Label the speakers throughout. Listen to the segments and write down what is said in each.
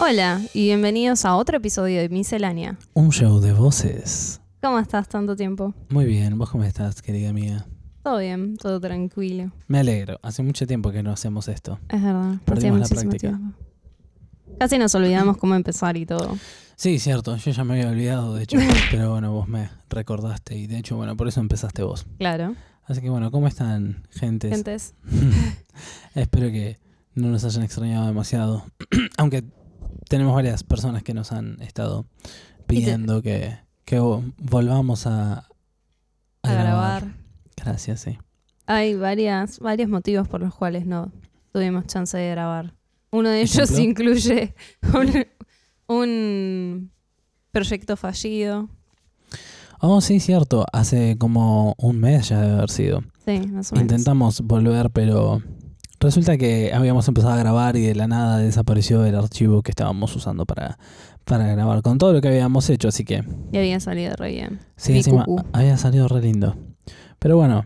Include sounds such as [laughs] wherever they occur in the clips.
Speaker 1: Hola y bienvenidos a otro episodio de Miscelánea.
Speaker 2: Un show de voces.
Speaker 1: ¿Cómo estás tanto tiempo?
Speaker 2: Muy bien, ¿vos cómo estás, querida amiga?
Speaker 1: Todo bien, todo tranquilo.
Speaker 2: Me alegro, hace mucho tiempo que no hacemos esto.
Speaker 1: Es verdad. hacía
Speaker 2: Perdimos la
Speaker 1: muchísimo
Speaker 2: práctica.
Speaker 1: tiempo. Casi nos olvidamos cómo empezar y todo.
Speaker 2: Sí, cierto, yo ya me había olvidado,
Speaker 1: [laughs]
Speaker 2: de hecho, pero bueno, vos me recordaste y de hecho, bueno, por eso empezaste vos.
Speaker 1: Claro.
Speaker 2: Así que bueno, ¿cómo están, gentes?
Speaker 1: Gentes.
Speaker 2: Espero que no nos hayan extrañado demasiado, [clears throat] aunque tenemos varias personas que nos han estado pidiendo que, que vo- volvamos a,
Speaker 1: A grabar.
Speaker 2: Gracias, sí.
Speaker 1: Hay varias, varios motivos por los cuales no tuvimos chance de grabar. Uno de ellos
Speaker 2: ¿Ejemplo?
Speaker 1: incluye un, un proyecto fallido.
Speaker 2: Oh, sí, cierto, hace como un mes ya debe haber sido.
Speaker 1: Sí, más o menos.
Speaker 2: Intentamos volver, pero resulta que habíamos empezado a grabar y de la nada desapareció el archivo que estábamos usando para, para grabar con todo lo que habíamos hecho, así que
Speaker 1: Y había salido re bien.
Speaker 2: sí,
Speaker 1: Ni
Speaker 2: encima
Speaker 1: cucú.
Speaker 2: había salido re lindo. Pero bueno,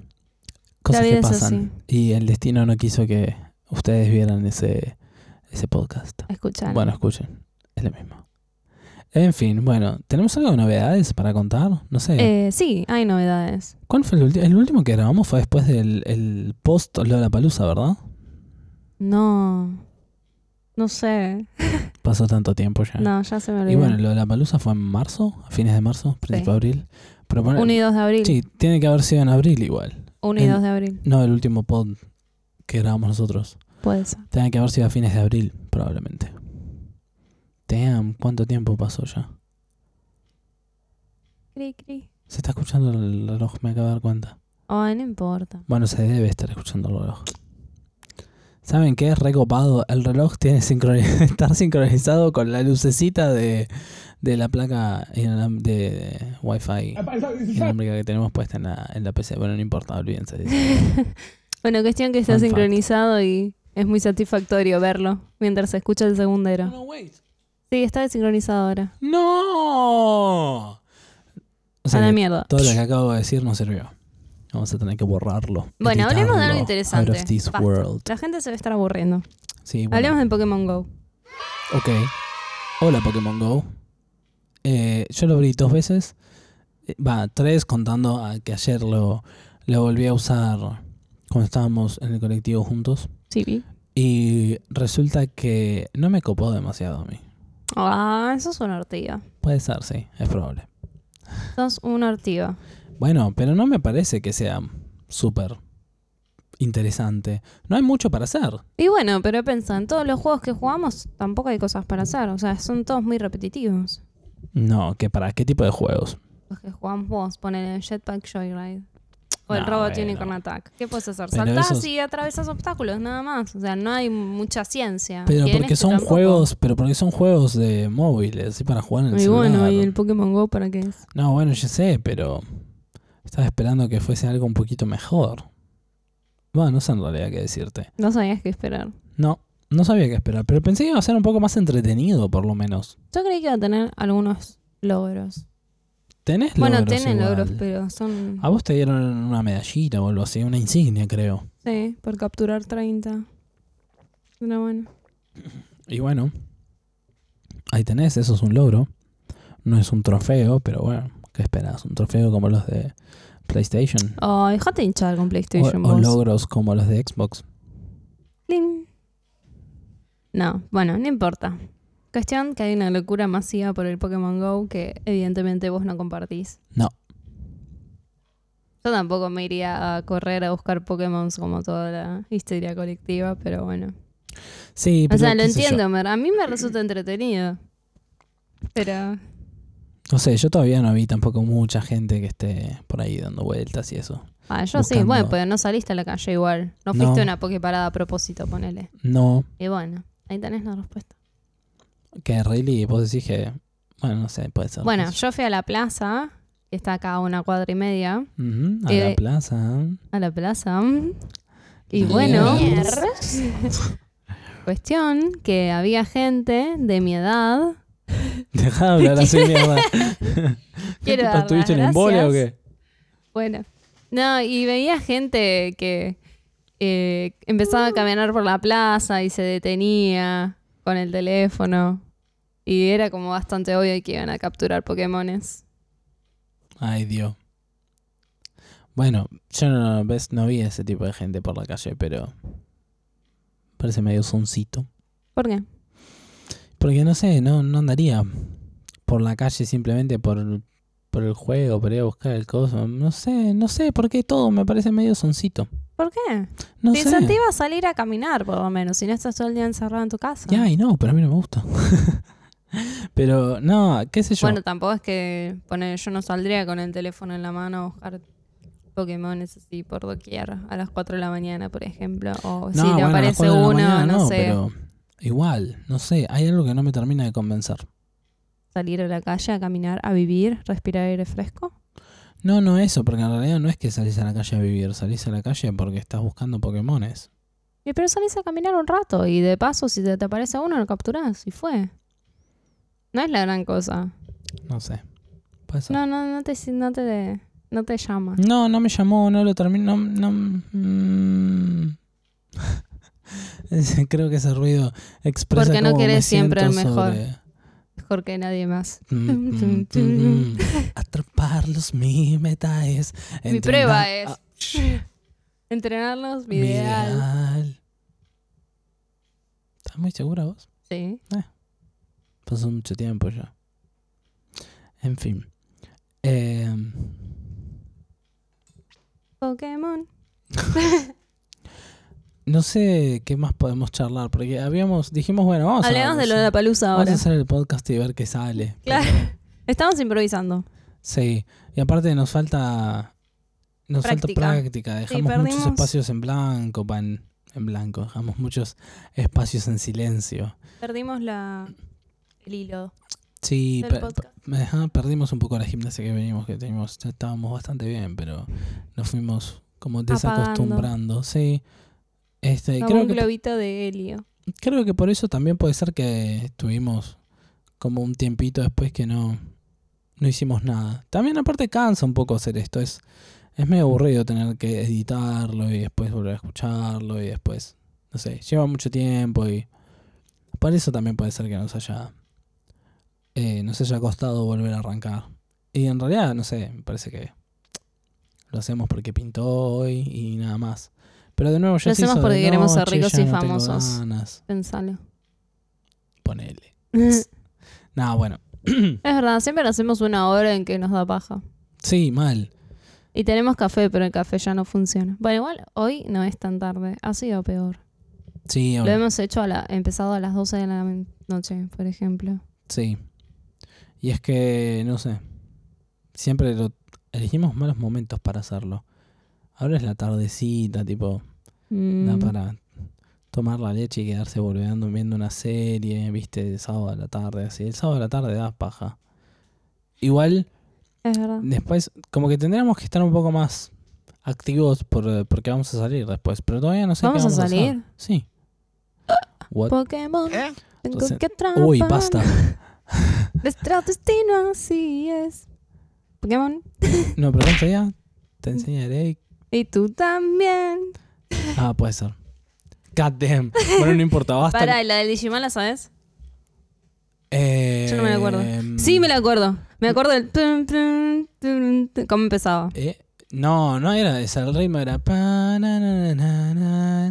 Speaker 2: cosas
Speaker 1: La
Speaker 2: que
Speaker 1: vida es así.
Speaker 2: pasan y el destino no quiso que ustedes vieran ese, ese podcast.
Speaker 1: Escuchar.
Speaker 2: Bueno, escuchen, es lo mismo. En fin, bueno, ¿tenemos algo de novedades para contar? No sé.
Speaker 1: Eh, sí, hay novedades.
Speaker 2: ¿Cuál fue el último? El último que grabamos fue después del el post la Palusa, ¿verdad?
Speaker 1: No. No sé.
Speaker 2: Pasó tanto tiempo ya.
Speaker 1: No, ya se me olvidó.
Speaker 2: Ah. y bueno, lo de la palusa fue en marzo, a fines de marzo, principio de abril. Pero pone-
Speaker 1: 1 y 2 de abril.
Speaker 2: sí, tiene que haber sido en abril igual.
Speaker 1: 1 y
Speaker 2: en-
Speaker 1: 2 de abril.
Speaker 2: No el último pod que grabamos nosotros.
Speaker 1: Puede ser.
Speaker 2: Tiene que haber sido a fines de abril, probablemente. Damn, ¿cuánto tiempo pasó ya?
Speaker 1: Cri, cri.
Speaker 2: Se está escuchando el reloj, me acabo de dar cuenta.
Speaker 1: Ay, Oh, no importa.
Speaker 2: Bueno, se debe estar escuchando el reloj. ¿Saben qué es recopado? El reloj tiene sincroni- [laughs] estar sincronizado con la lucecita de, de la placa inalám- de Wi-Fi inalámbrica que tenemos puesta en la, en la PC. Bueno, no importa,
Speaker 1: [laughs]
Speaker 2: olvídense. de eso.
Speaker 1: Bueno, cuestión que está
Speaker 2: Fun fact.
Speaker 1: sincronizado y es muy satisfactorio verlo mientras se escucha el segundero. Sí, está desincronizado ahora.
Speaker 2: ¡No! O sea
Speaker 1: a la
Speaker 2: que
Speaker 1: mierda.
Speaker 2: todo lo que acabo de decir no sirvió. Vamos a tener que borrarlo.
Speaker 1: Bueno, hablemos de algo
Speaker 2: editarlo
Speaker 1: interesante.
Speaker 2: Out of this
Speaker 1: Basta.
Speaker 2: world.
Speaker 1: [laughs] La gente se va a estar aburriendo.
Speaker 2: Sí, bueno.
Speaker 1: Hablemos de Pokémon Go.
Speaker 2: Ok. Hola Pokémon Go. Eh, yo lo abrí dos veces. Eh, Va, tres contando a que ayer lo, lo volví a usar cuando estábamos en el colectivo juntos.
Speaker 1: Sí, vi.
Speaker 2: Y resulta que no me copó demasiado a mí.
Speaker 1: Ah, eso es una ortiga.
Speaker 2: Puede ser, sí, es probable.
Speaker 1: Sos una ortiga.
Speaker 2: Bueno, pero no me parece que sea súper interesante. No hay mucho para hacer.
Speaker 1: Y bueno, pero pensá, en todos los juegos que jugamos tampoco hay cosas para hacer. O sea, son todos muy repetitivos.
Speaker 2: No, que para qué tipo de juegos.
Speaker 1: Los que jugamos vos, poner el Jetpack Joyride. O el
Speaker 2: No,
Speaker 1: Robot
Speaker 2: bueno.
Speaker 1: Unicorn Attack. ¿Qué puedes hacer?
Speaker 2: Pero
Speaker 1: Saltás
Speaker 2: esos-
Speaker 1: y atravesás obstáculos, nada más. O sea, no hay mucha ciencia.
Speaker 2: Pero
Speaker 1: Y en
Speaker 2: porque
Speaker 1: este
Speaker 2: son
Speaker 1: tampoco.
Speaker 2: juegos, pero porque son juegos de móviles, y para jugar en el
Speaker 1: Y
Speaker 2: celular.
Speaker 1: bueno, ¿y el Pokémon Go para qué es?
Speaker 2: No, bueno, ya sé, pero estaba esperando que fuese algo un poquito mejor. Bueno, no sé en realidad qué decirte.
Speaker 1: No sabías qué esperar.
Speaker 2: No, no sabía qué esperar, pero pensé que iba a ser un poco más entretenido, por lo menos.
Speaker 1: Yo creí que iba a tener algunos logros.
Speaker 2: ¿Tenés
Speaker 1: bueno,
Speaker 2: logros
Speaker 1: tienen
Speaker 2: igual. Ah.
Speaker 1: logros, pero son.
Speaker 2: A vos te dieron una medallita o algo así, una insignia, creo.
Speaker 1: Sí, por capturar 30. Pero bueno.
Speaker 2: Y bueno, ahí tenés, eso es un logro. No es un trofeo, pero bueno, ¿qué esperás? Un trofeo como los de PlayStation.
Speaker 1: Oh, dejate hinchar con
Speaker 2: O,
Speaker 1: PlayStation.
Speaker 2: o
Speaker 1: vos.
Speaker 2: logros como los de Xbox.
Speaker 1: Cling. No, bueno, no importa. Cuestión que hay una locura masiva por el Pokémon Go que evidentemente vos no compartís.
Speaker 2: No.
Speaker 1: Yo tampoco me iría a correr a buscar Pokémon como toda la histeria colectiva, pero bueno.
Speaker 2: Sí,
Speaker 1: O
Speaker 2: pero
Speaker 1: sea, lo
Speaker 2: qué sé yo.
Speaker 1: entiendo, me- a mí me resulta entretenido. Pero
Speaker 2: No sé, yo todavía no vi tampoco mucha gente que esté por ahí dando vueltas y eso.
Speaker 1: ah, yo sí,
Speaker 2: Buscando.
Speaker 1: bueno, pero no saliste a la calle igual. No
Speaker 2: No.
Speaker 1: fuiste a una Poképarada a propósito, ponele.
Speaker 2: No,
Speaker 1: Y bueno, ahí tenés la respuesta.
Speaker 2: que Riley, vos decís que. Bueno, no sé, puede ser.
Speaker 1: Bueno,
Speaker 2: qué sé
Speaker 1: yo fui a la plaza, que está acá a una cuadra y media.
Speaker 2: yo. Ujú, a
Speaker 1: eh, [laughs]
Speaker 2: la plaza.
Speaker 1: a la plaza. Y [laughs]
Speaker 2: Bien.
Speaker 1: bueno,
Speaker 2: Mierda.
Speaker 1: cuestión que había gente de mi edad.
Speaker 2: Dejá de hablar así, mierda. ¿Qué
Speaker 1: Quiero
Speaker 2: te
Speaker 1: dar
Speaker 2: pasó?
Speaker 1: las
Speaker 2: ¿Tuviste un embole o
Speaker 1: gracias.
Speaker 2: qué?
Speaker 1: Bueno, no, y veía gente que eh, empezaba a caminar por la plaza y se detenía con el teléfono. Y era como bastante obvio que iban a capturar Pokémones.
Speaker 2: Ay, Dios. Bueno, yo no, ves, no vi ese tipo de gente por la calle, pero parece medio soncito.
Speaker 1: ¿Por qué?
Speaker 2: Porque no sé, no, no andaría por la calle simplemente por, por el juego, por ir a buscar el coso. No sé, no sé por qué todo me parece medio soncito.
Speaker 1: ¿Por qué?
Speaker 2: No
Speaker 1: Te
Speaker 2: sé.
Speaker 1: incentiva a salir a caminar, por lo menos, si no estás todo el día encerrado en tu casa.
Speaker 2: Ya, y no, pero a mí no me gusta. [laughs] pero no, qué sé yo.
Speaker 1: Bueno, tampoco es que poner, yo no saldría con el teléfono en la mano a buscar Pokémones así por doquier a las 4 de la mañana, por ejemplo. O si
Speaker 2: no,
Speaker 1: te
Speaker 2: bueno, a las
Speaker 1: aparece
Speaker 2: cuatro de la
Speaker 1: uno,
Speaker 2: mañana
Speaker 1: no, sé,
Speaker 2: Pero igual, no sé, hay algo que no me termina de convencer.
Speaker 1: salir a la calle a caminar, a vivir, respirar aire fresco.
Speaker 2: No, no eso, porque en realidad no es que salís a la calle a vivir, salís a la calle porque estás buscando Pokémones.
Speaker 1: Y pero salís a caminar un rato y de paso, si te, te aparece uno, lo capturás y fue. No es la gran cosa.
Speaker 2: No sé. Pasa.
Speaker 1: No, no, no te, no te, no te llama.
Speaker 2: No, no me llamó, no lo terminó. No, mm. [laughs] Ese- Creo que ese ruido expresa
Speaker 1: Porque no
Speaker 2: cómo me
Speaker 1: querés siempre
Speaker 2: siento
Speaker 1: el mejor.
Speaker 2: sobre-
Speaker 1: Mejor que nadie más.
Speaker 2: Mm, mm, mm,
Speaker 1: [laughs]
Speaker 2: mm. Atraparlos, mi meta es.
Speaker 1: Mi prueba es
Speaker 2: [laughs]
Speaker 1: [laughs] entrenarlos, mi ideal.
Speaker 2: ¿Estás muy segura vos?
Speaker 1: Sí.
Speaker 2: Pasó mucho tiempo ya. En fin. Eh,
Speaker 1: Pokémon.
Speaker 2: no sé qué más podemos charlar, porque habíamos, dijimos, bueno, vamos
Speaker 1: Hablemos
Speaker 2: a,
Speaker 1: de lo de la palusa
Speaker 2: vamos a
Speaker 1: ahora.
Speaker 2: hacer el podcast y ver qué sale.
Speaker 1: Claro. Estamos improvisando.
Speaker 2: Sí, y aparte nos falta nos
Speaker 1: Práctica.
Speaker 2: falta práctica, dejamos muchos
Speaker 1: perdimos-
Speaker 2: espacios en blanco, pa- en- en blanco, dejamos muchos espacios en silencio.
Speaker 1: Perdimos la el hilo
Speaker 2: Sí,
Speaker 1: del
Speaker 2: pe-
Speaker 1: podcast.
Speaker 2: pe- ajá, perdimos un poco la gimnasia que venimos, que teníamos, ya estábamos bastante bien, pero nos fuimos como desacostumbrando, sí. Este,
Speaker 1: Como
Speaker 2: creo
Speaker 1: un
Speaker 2: que
Speaker 1: globito de helio.
Speaker 2: Creo que por eso también puede ser que estuvimos como un tiempito después que no, no hicimos nada. También aparte cansa un poco hacer esto, es, es medio aburrido tener que editarlo y después volver a escucharlo y después, no sé, lleva mucho tiempo y por eso también puede ser que nos haya, eh, nos haya costado volver a arrancar. Y en realidad, no sé, me parece que lo hacemos porque pintó hoy y nada más. Pero de nuevo, ya
Speaker 1: Lo
Speaker 2: se hizo
Speaker 1: hacemos
Speaker 2: de
Speaker 1: porque queremos ser
Speaker 2: noche,
Speaker 1: ricos
Speaker 2: ya
Speaker 1: y
Speaker 2: no tengo
Speaker 1: famosos.
Speaker 2: ganas.
Speaker 1: Pensalo.
Speaker 2: Ponele.
Speaker 1: [laughs] es
Speaker 2: Nada, bueno.
Speaker 1: verdad, siempre hacemos una hora en que nos da paja.
Speaker 2: Sí, mal.
Speaker 1: Y tenemos café, pero el café ya no funciona. Bueno, igual hoy no es tan tarde. Ha sido peor.
Speaker 2: Sí,
Speaker 1: Lo
Speaker 2: ahora-
Speaker 1: hemos hecho a la, empezado a las 12 de la noche, por ejemplo.
Speaker 2: sí. Y es que, no sé. Siempre lo- elegimos malos momentos para hacerlo. Ahora es la tardecita, tipo, da
Speaker 1: Mm.
Speaker 2: para tomar la leche y quedarse volviendo viendo una serie, viste, el sábado a la tarde, así. El sábado a la tarde da paja. Igual,
Speaker 1: Es verdad.
Speaker 2: después, como que tendríamos que estar un poco más activos por, porque vamos a salir después. Pero todavía no sé
Speaker 1: ¿Vamos
Speaker 2: qué
Speaker 1: a
Speaker 2: vamos a hacer.
Speaker 1: salir? Ah,
Speaker 2: Sí. What?
Speaker 1: Pokémon. Tengo
Speaker 2: Entonces-
Speaker 1: que atrapar.
Speaker 2: Uy, basta.
Speaker 1: Nuestro destino así es. Pokémon.
Speaker 2: No, pero ¿cómo sería? Te enseñaré.
Speaker 1: Y tú también.
Speaker 2: Ah, puede ser. God damn. Bueno, no importa, basta.
Speaker 1: Para, ¿y la del Digimon la sabes?
Speaker 2: Eh,
Speaker 1: Yo no me la acuerdo. Sí, me la acuerdo. Me acuerdo del. tum, tum, tum, tum, ¿Cómo empezaba?
Speaker 2: eh, no, no era esa. El ritmo era. pa, na, na, na, na, na,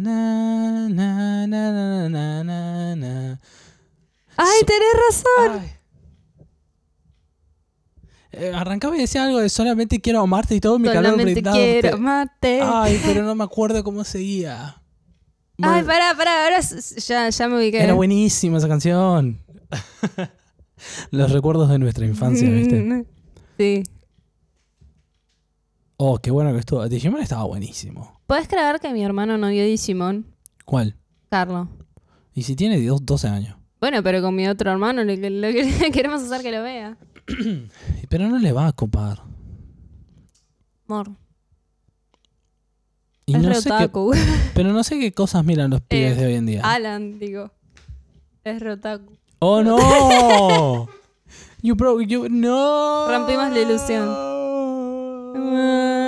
Speaker 2: na, na, na, na, na, na.
Speaker 1: ¡Ay, tenés razón!
Speaker 2: Eh, arrancaba y decía algo de solamente quiero amarte y todo mi calor
Speaker 1: Solamente
Speaker 2: brindado.
Speaker 1: quiero amarte.
Speaker 2: Ay, pero no me acuerdo cómo seguía.
Speaker 1: Ay,
Speaker 2: Bueno,
Speaker 1: pará, pará. Ahora s- s- ya, ya me ubiqué.
Speaker 2: era buenísima
Speaker 1: [laughs]
Speaker 2: esa canción. Los recuerdos de nuestra infancia, ¿viste?
Speaker 1: Mm. [laughs] Sí.
Speaker 2: Oh, qué bueno que estuvo. Digimon estaba buenísimo.
Speaker 1: ¿Puedes creer que mi hermano no vio Digimon?
Speaker 2: ¿Cuál?
Speaker 1: Carlos.
Speaker 2: Y si tiene dos- 12 años.
Speaker 1: Bueno, pero con mi otro hermano lo, que- lo que- [laughs] queremos hacer que lo vea.
Speaker 2: Pero no le va a copar.
Speaker 1: Amor.
Speaker 2: Y
Speaker 1: es
Speaker 2: no
Speaker 1: re
Speaker 2: sé qué,
Speaker 1: otaku. [laughs]
Speaker 2: pero no sé qué cosas miran los pibes
Speaker 1: Eh,
Speaker 2: de hoy en día.
Speaker 1: Alan, digo. Es Rotaku. [laughs]
Speaker 2: ¡Oh, no! you broke, you... ¡No!
Speaker 1: Rompimos la ilusión.
Speaker 2: [laughs]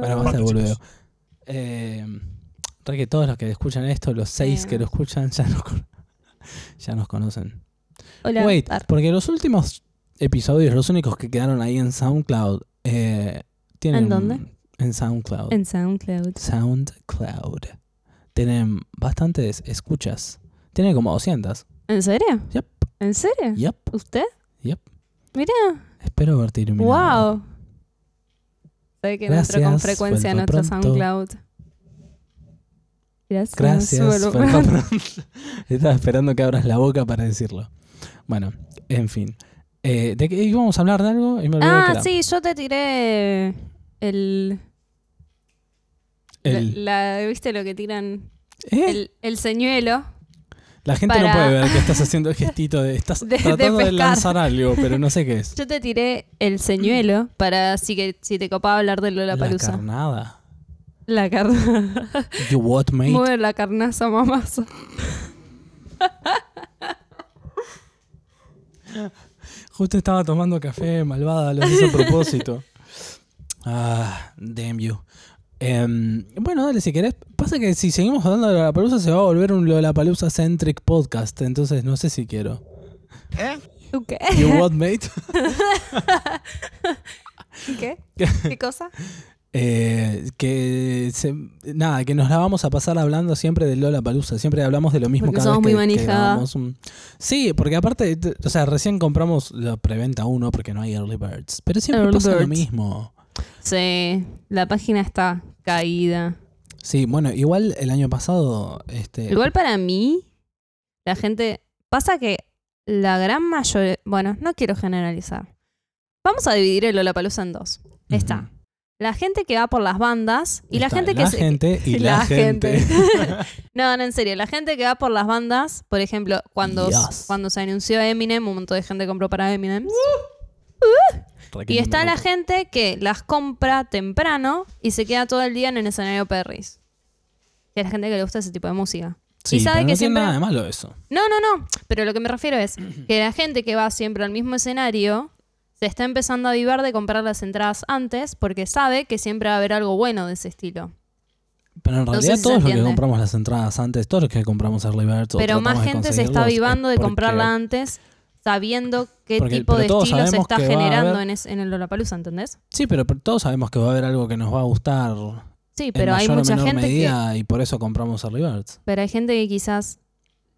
Speaker 2: Bueno, basta de boludeo. Eh, re que todos los que escuchan esto, los seis
Speaker 1: Sí.
Speaker 2: que lo escuchan, ya no... [laughs] con- ya nos conocen.
Speaker 1: Hola.
Speaker 2: Wait,
Speaker 1: Ar-
Speaker 2: porque los últimos episodios, los únicos que quedaron ahí en SoundCloud, eh, tienen...
Speaker 1: ¿En dónde?
Speaker 2: En SoundCloud.
Speaker 1: En SoundCloud.
Speaker 2: SoundCloud. Tienen bastantes escuchas. Tienen como 200.
Speaker 1: ¿En serio?
Speaker 2: Yep.
Speaker 1: ¿En serio?
Speaker 2: Yep.
Speaker 1: ¿Usted?
Speaker 2: Yep.
Speaker 1: Mira,
Speaker 2: Espero haberte iluminado.
Speaker 1: wow. Sabe que entro con
Speaker 2: Gracias,
Speaker 1: frecuencia a
Speaker 2: vuelvo
Speaker 1: nuestro
Speaker 2: pronto.
Speaker 1: SoundCloud. Gracias.
Speaker 2: Gracias.
Speaker 1: vuelvo [laughs]
Speaker 2: Falcao
Speaker 1: pronto.
Speaker 2: Pronto. Estaba esperando que abras la boca para decirlo. Bueno, en fin. Eh, ¿De qué íbamos a hablar de algo? Y me olvidé
Speaker 1: [laughs] Ah,
Speaker 2: que era.
Speaker 1: sí, yo te tiré el,
Speaker 2: El-
Speaker 1: La, la- ¿Viste lo que tiran?
Speaker 2: ¿Eh?
Speaker 1: El, el señuelo.
Speaker 2: la gente no
Speaker 1: para-
Speaker 2: puede ver que estás haciendo el gestito de.
Speaker 1: [laughs]
Speaker 2: Estás
Speaker 1: De- de
Speaker 2: tratando de,
Speaker 1: pescar.
Speaker 2: lanzar algo, pero no sé qué es.
Speaker 1: Yo te tiré el señuelo para así que si te copaba hablar de Lola Palusa.
Speaker 2: carnada.
Speaker 1: La carne. [laughs]
Speaker 2: You what, mate?
Speaker 1: Mueve la carnaza, mamazo. [laughs]
Speaker 2: Justo estaba tomando café, malvada, lo hice a propósito. Ah, damn you. Em, bueno, dale, si querés. Pasa que si seguimos hablando de Lollapalooza se va a volver un Lollapalooza-centric podcast, entonces no sé si quiero.
Speaker 1: ¿Tú qué?
Speaker 2: You what, mate?
Speaker 1: ¿Qué? ¿Qué cosa?
Speaker 2: Eh, que se- nada, que nos la vamos a pasar hablando siempre de Lola Palusa. Siempre hablamos de lo mismo
Speaker 1: Porque
Speaker 2: cada
Speaker 1: somos
Speaker 2: vez
Speaker 1: muy
Speaker 2: que- que
Speaker 1: manija.
Speaker 2: grabamos un- Sí, porque aparte, t- o sea, recién compramos la preventa 1 porque no hay Early Birds. Pero siempre
Speaker 1: Early
Speaker 2: pasa lo
Speaker 1: birds.
Speaker 2: mismo.
Speaker 1: Sí, la página está caída.
Speaker 2: Sí, bueno, igual el año pasado. Este,
Speaker 1: Igual para mí, la gente. Pasa que la gran mayoría. Bueno, no quiero generalizar. Vamos a dividir el Lollapalooza en dos.
Speaker 2: ujú.
Speaker 1: Está. La gente que va por las bandas y la
Speaker 2: Está
Speaker 1: gente que
Speaker 2: La
Speaker 1: se- [laughs]
Speaker 2: gente y la, gente. [laughs]
Speaker 1: no, no, en serio. La gente que va por las bandas, por ejemplo, cuando,
Speaker 2: Yes.
Speaker 1: cuando se anunció Eminem, un montón de gente compró para Eminem.
Speaker 2: Raquel
Speaker 1: Y
Speaker 2: no
Speaker 1: está
Speaker 2: me
Speaker 1: la
Speaker 2: gusta.
Speaker 1: gente que las compra temprano y se queda todo el día en el escenario Perris. Que es la gente que le gusta ese tipo de música.
Speaker 2: Sí,
Speaker 1: y sabe
Speaker 2: pero no
Speaker 1: que
Speaker 2: tiene
Speaker 1: siempre.
Speaker 2: nada ¿eh? de malo eso.
Speaker 1: No, no, no. Pero lo que me refiero es que la gente que va siempre al mismo escenario se está empezando a avivar de comprar las entradas antes porque sabe que siempre va a haber algo bueno de ese estilo.
Speaker 2: Pero en
Speaker 1: No sé
Speaker 2: realidad
Speaker 1: si se
Speaker 2: todos los que
Speaker 1: entiende.
Speaker 2: compramos las entradas antes, todos los que compramos Early Birds o
Speaker 1: pero más
Speaker 2: tratamos de
Speaker 1: gente se está
Speaker 2: conseguirlos, es
Speaker 1: avivando de
Speaker 2: porque-
Speaker 1: comprarla antes sabiendo qué
Speaker 2: Porque-
Speaker 1: tipo
Speaker 2: pero
Speaker 1: de
Speaker 2: todos
Speaker 1: estilo se
Speaker 2: sabemos
Speaker 1: está
Speaker 2: que va a
Speaker 1: generando
Speaker 2: haber-
Speaker 1: en, es- en el Lollapalooza, ¿entendés?
Speaker 2: Sí, pero pero todos sabemos que va a haber algo que nos va a gustar
Speaker 1: Sí,
Speaker 2: en
Speaker 1: pero hay
Speaker 2: mayor o
Speaker 1: mucha
Speaker 2: menor
Speaker 1: gente que
Speaker 2: medida y por eso compramos Early Birds.
Speaker 1: Pero hay gente que quizás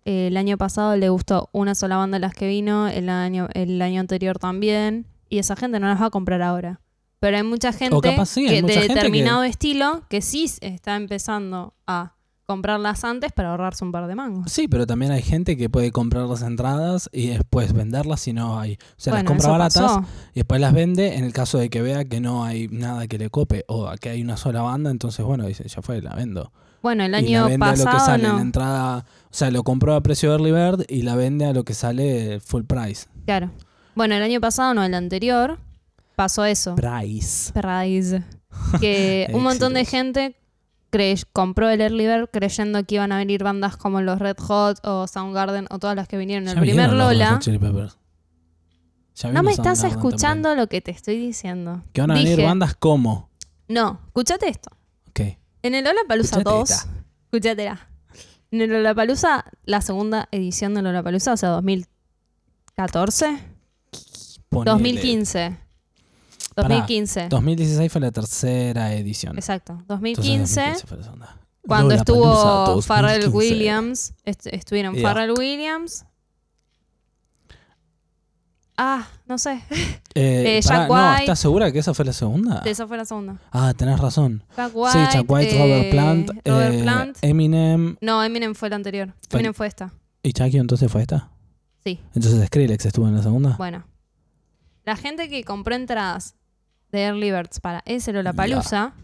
Speaker 1: eh, el año pasado le gustó una sola banda de las que vino, el año, el año anterior también, y esa gente no las va a comprar ahora. Pero hay mucha gente
Speaker 2: capaz sí, hay
Speaker 1: que
Speaker 2: mucha
Speaker 1: de
Speaker 2: gente
Speaker 1: determinado estilo que sí s- está empezando a comprarlas antes para ahorrarse un par de mangos.
Speaker 2: Sí, pero también hay gente que puede comprar las entradas y después venderlas si no hay. O sea, las
Speaker 1: Bueno,
Speaker 2: compra
Speaker 1: eso
Speaker 2: baratas
Speaker 1: pasó.
Speaker 2: y después las vende en el caso de que vea que no hay nada que le cope o que hay una sola banda, entonces bueno, dice, ya fue, la vendo.
Speaker 1: Bueno, el
Speaker 2: y la
Speaker 1: año
Speaker 2: vende a lo que
Speaker 1: pasado
Speaker 2: sale en la
Speaker 1: no.
Speaker 2: entrada, o sea, lo compró a precio de Early Bird y la vende a lo que sale full price.
Speaker 1: Claro. Bueno, el año pasado no, el anterior pasó eso.
Speaker 2: Price.
Speaker 1: Price. Que
Speaker 2: [laughs]
Speaker 1: un montón de
Speaker 2: Éxitos.
Speaker 1: gente cre- compró el Early Bird creyendo que iban a venir bandas como los Red Hot o Soundgarden o todas las que vinieron en el
Speaker 2: Ya
Speaker 1: primer
Speaker 2: vinieron los Red
Speaker 1: Lola.
Speaker 2: Hot Chili Peppers. Ya
Speaker 1: No
Speaker 2: vino
Speaker 1: me estás
Speaker 2: Soundgarden
Speaker 1: escuchando lo que te estoy diciendo.
Speaker 2: también. Que van a venir
Speaker 1: Dije-
Speaker 2: bandas como.
Speaker 1: No, escúchate esto.
Speaker 2: Ok.
Speaker 1: En el Lollapalooza
Speaker 2: Escuchate
Speaker 1: 2, escúchatela. En el Lollapalooza, la segunda edición del Lollapalooza, o sea, 2014,
Speaker 2: Ponele.
Speaker 1: 2015.
Speaker 2: Pará,
Speaker 1: 2015.
Speaker 2: 2016 fue la tercera edición.
Speaker 1: Exacto,
Speaker 2: Entonces,
Speaker 1: 2015.
Speaker 2: 2015 fue la segunda.
Speaker 1: Cuando
Speaker 2: Lollapalooza
Speaker 1: estuvo
Speaker 2: 2015.
Speaker 1: Pharrell Williams, est- estuvieron
Speaker 2: Yeah.
Speaker 1: Pharrell Williams. Ah, no sé. [laughs]
Speaker 2: Eh,
Speaker 1: eh,
Speaker 2: pará,
Speaker 1: Jack
Speaker 2: no,
Speaker 1: White.
Speaker 2: ¿Estás segura que esa fue la segunda?
Speaker 1: Esa fue la segunda.
Speaker 2: Ah, tenés razón.
Speaker 1: Jack White.
Speaker 2: sí, Chuck White,
Speaker 1: eh,
Speaker 2: Robert Plant,
Speaker 1: Robert
Speaker 2: eh,
Speaker 1: Plant.
Speaker 2: Eminem
Speaker 1: No, Eminem fue la anterior.
Speaker 2: Fue-
Speaker 1: Eminem fue esta.
Speaker 2: y Chucky, entonces fue esta.
Speaker 1: Sí,
Speaker 2: Entonces Skrillex estuvo en la segunda.
Speaker 1: bueno. La gente que compró entradas de Early Birds para ese Lollapalooza,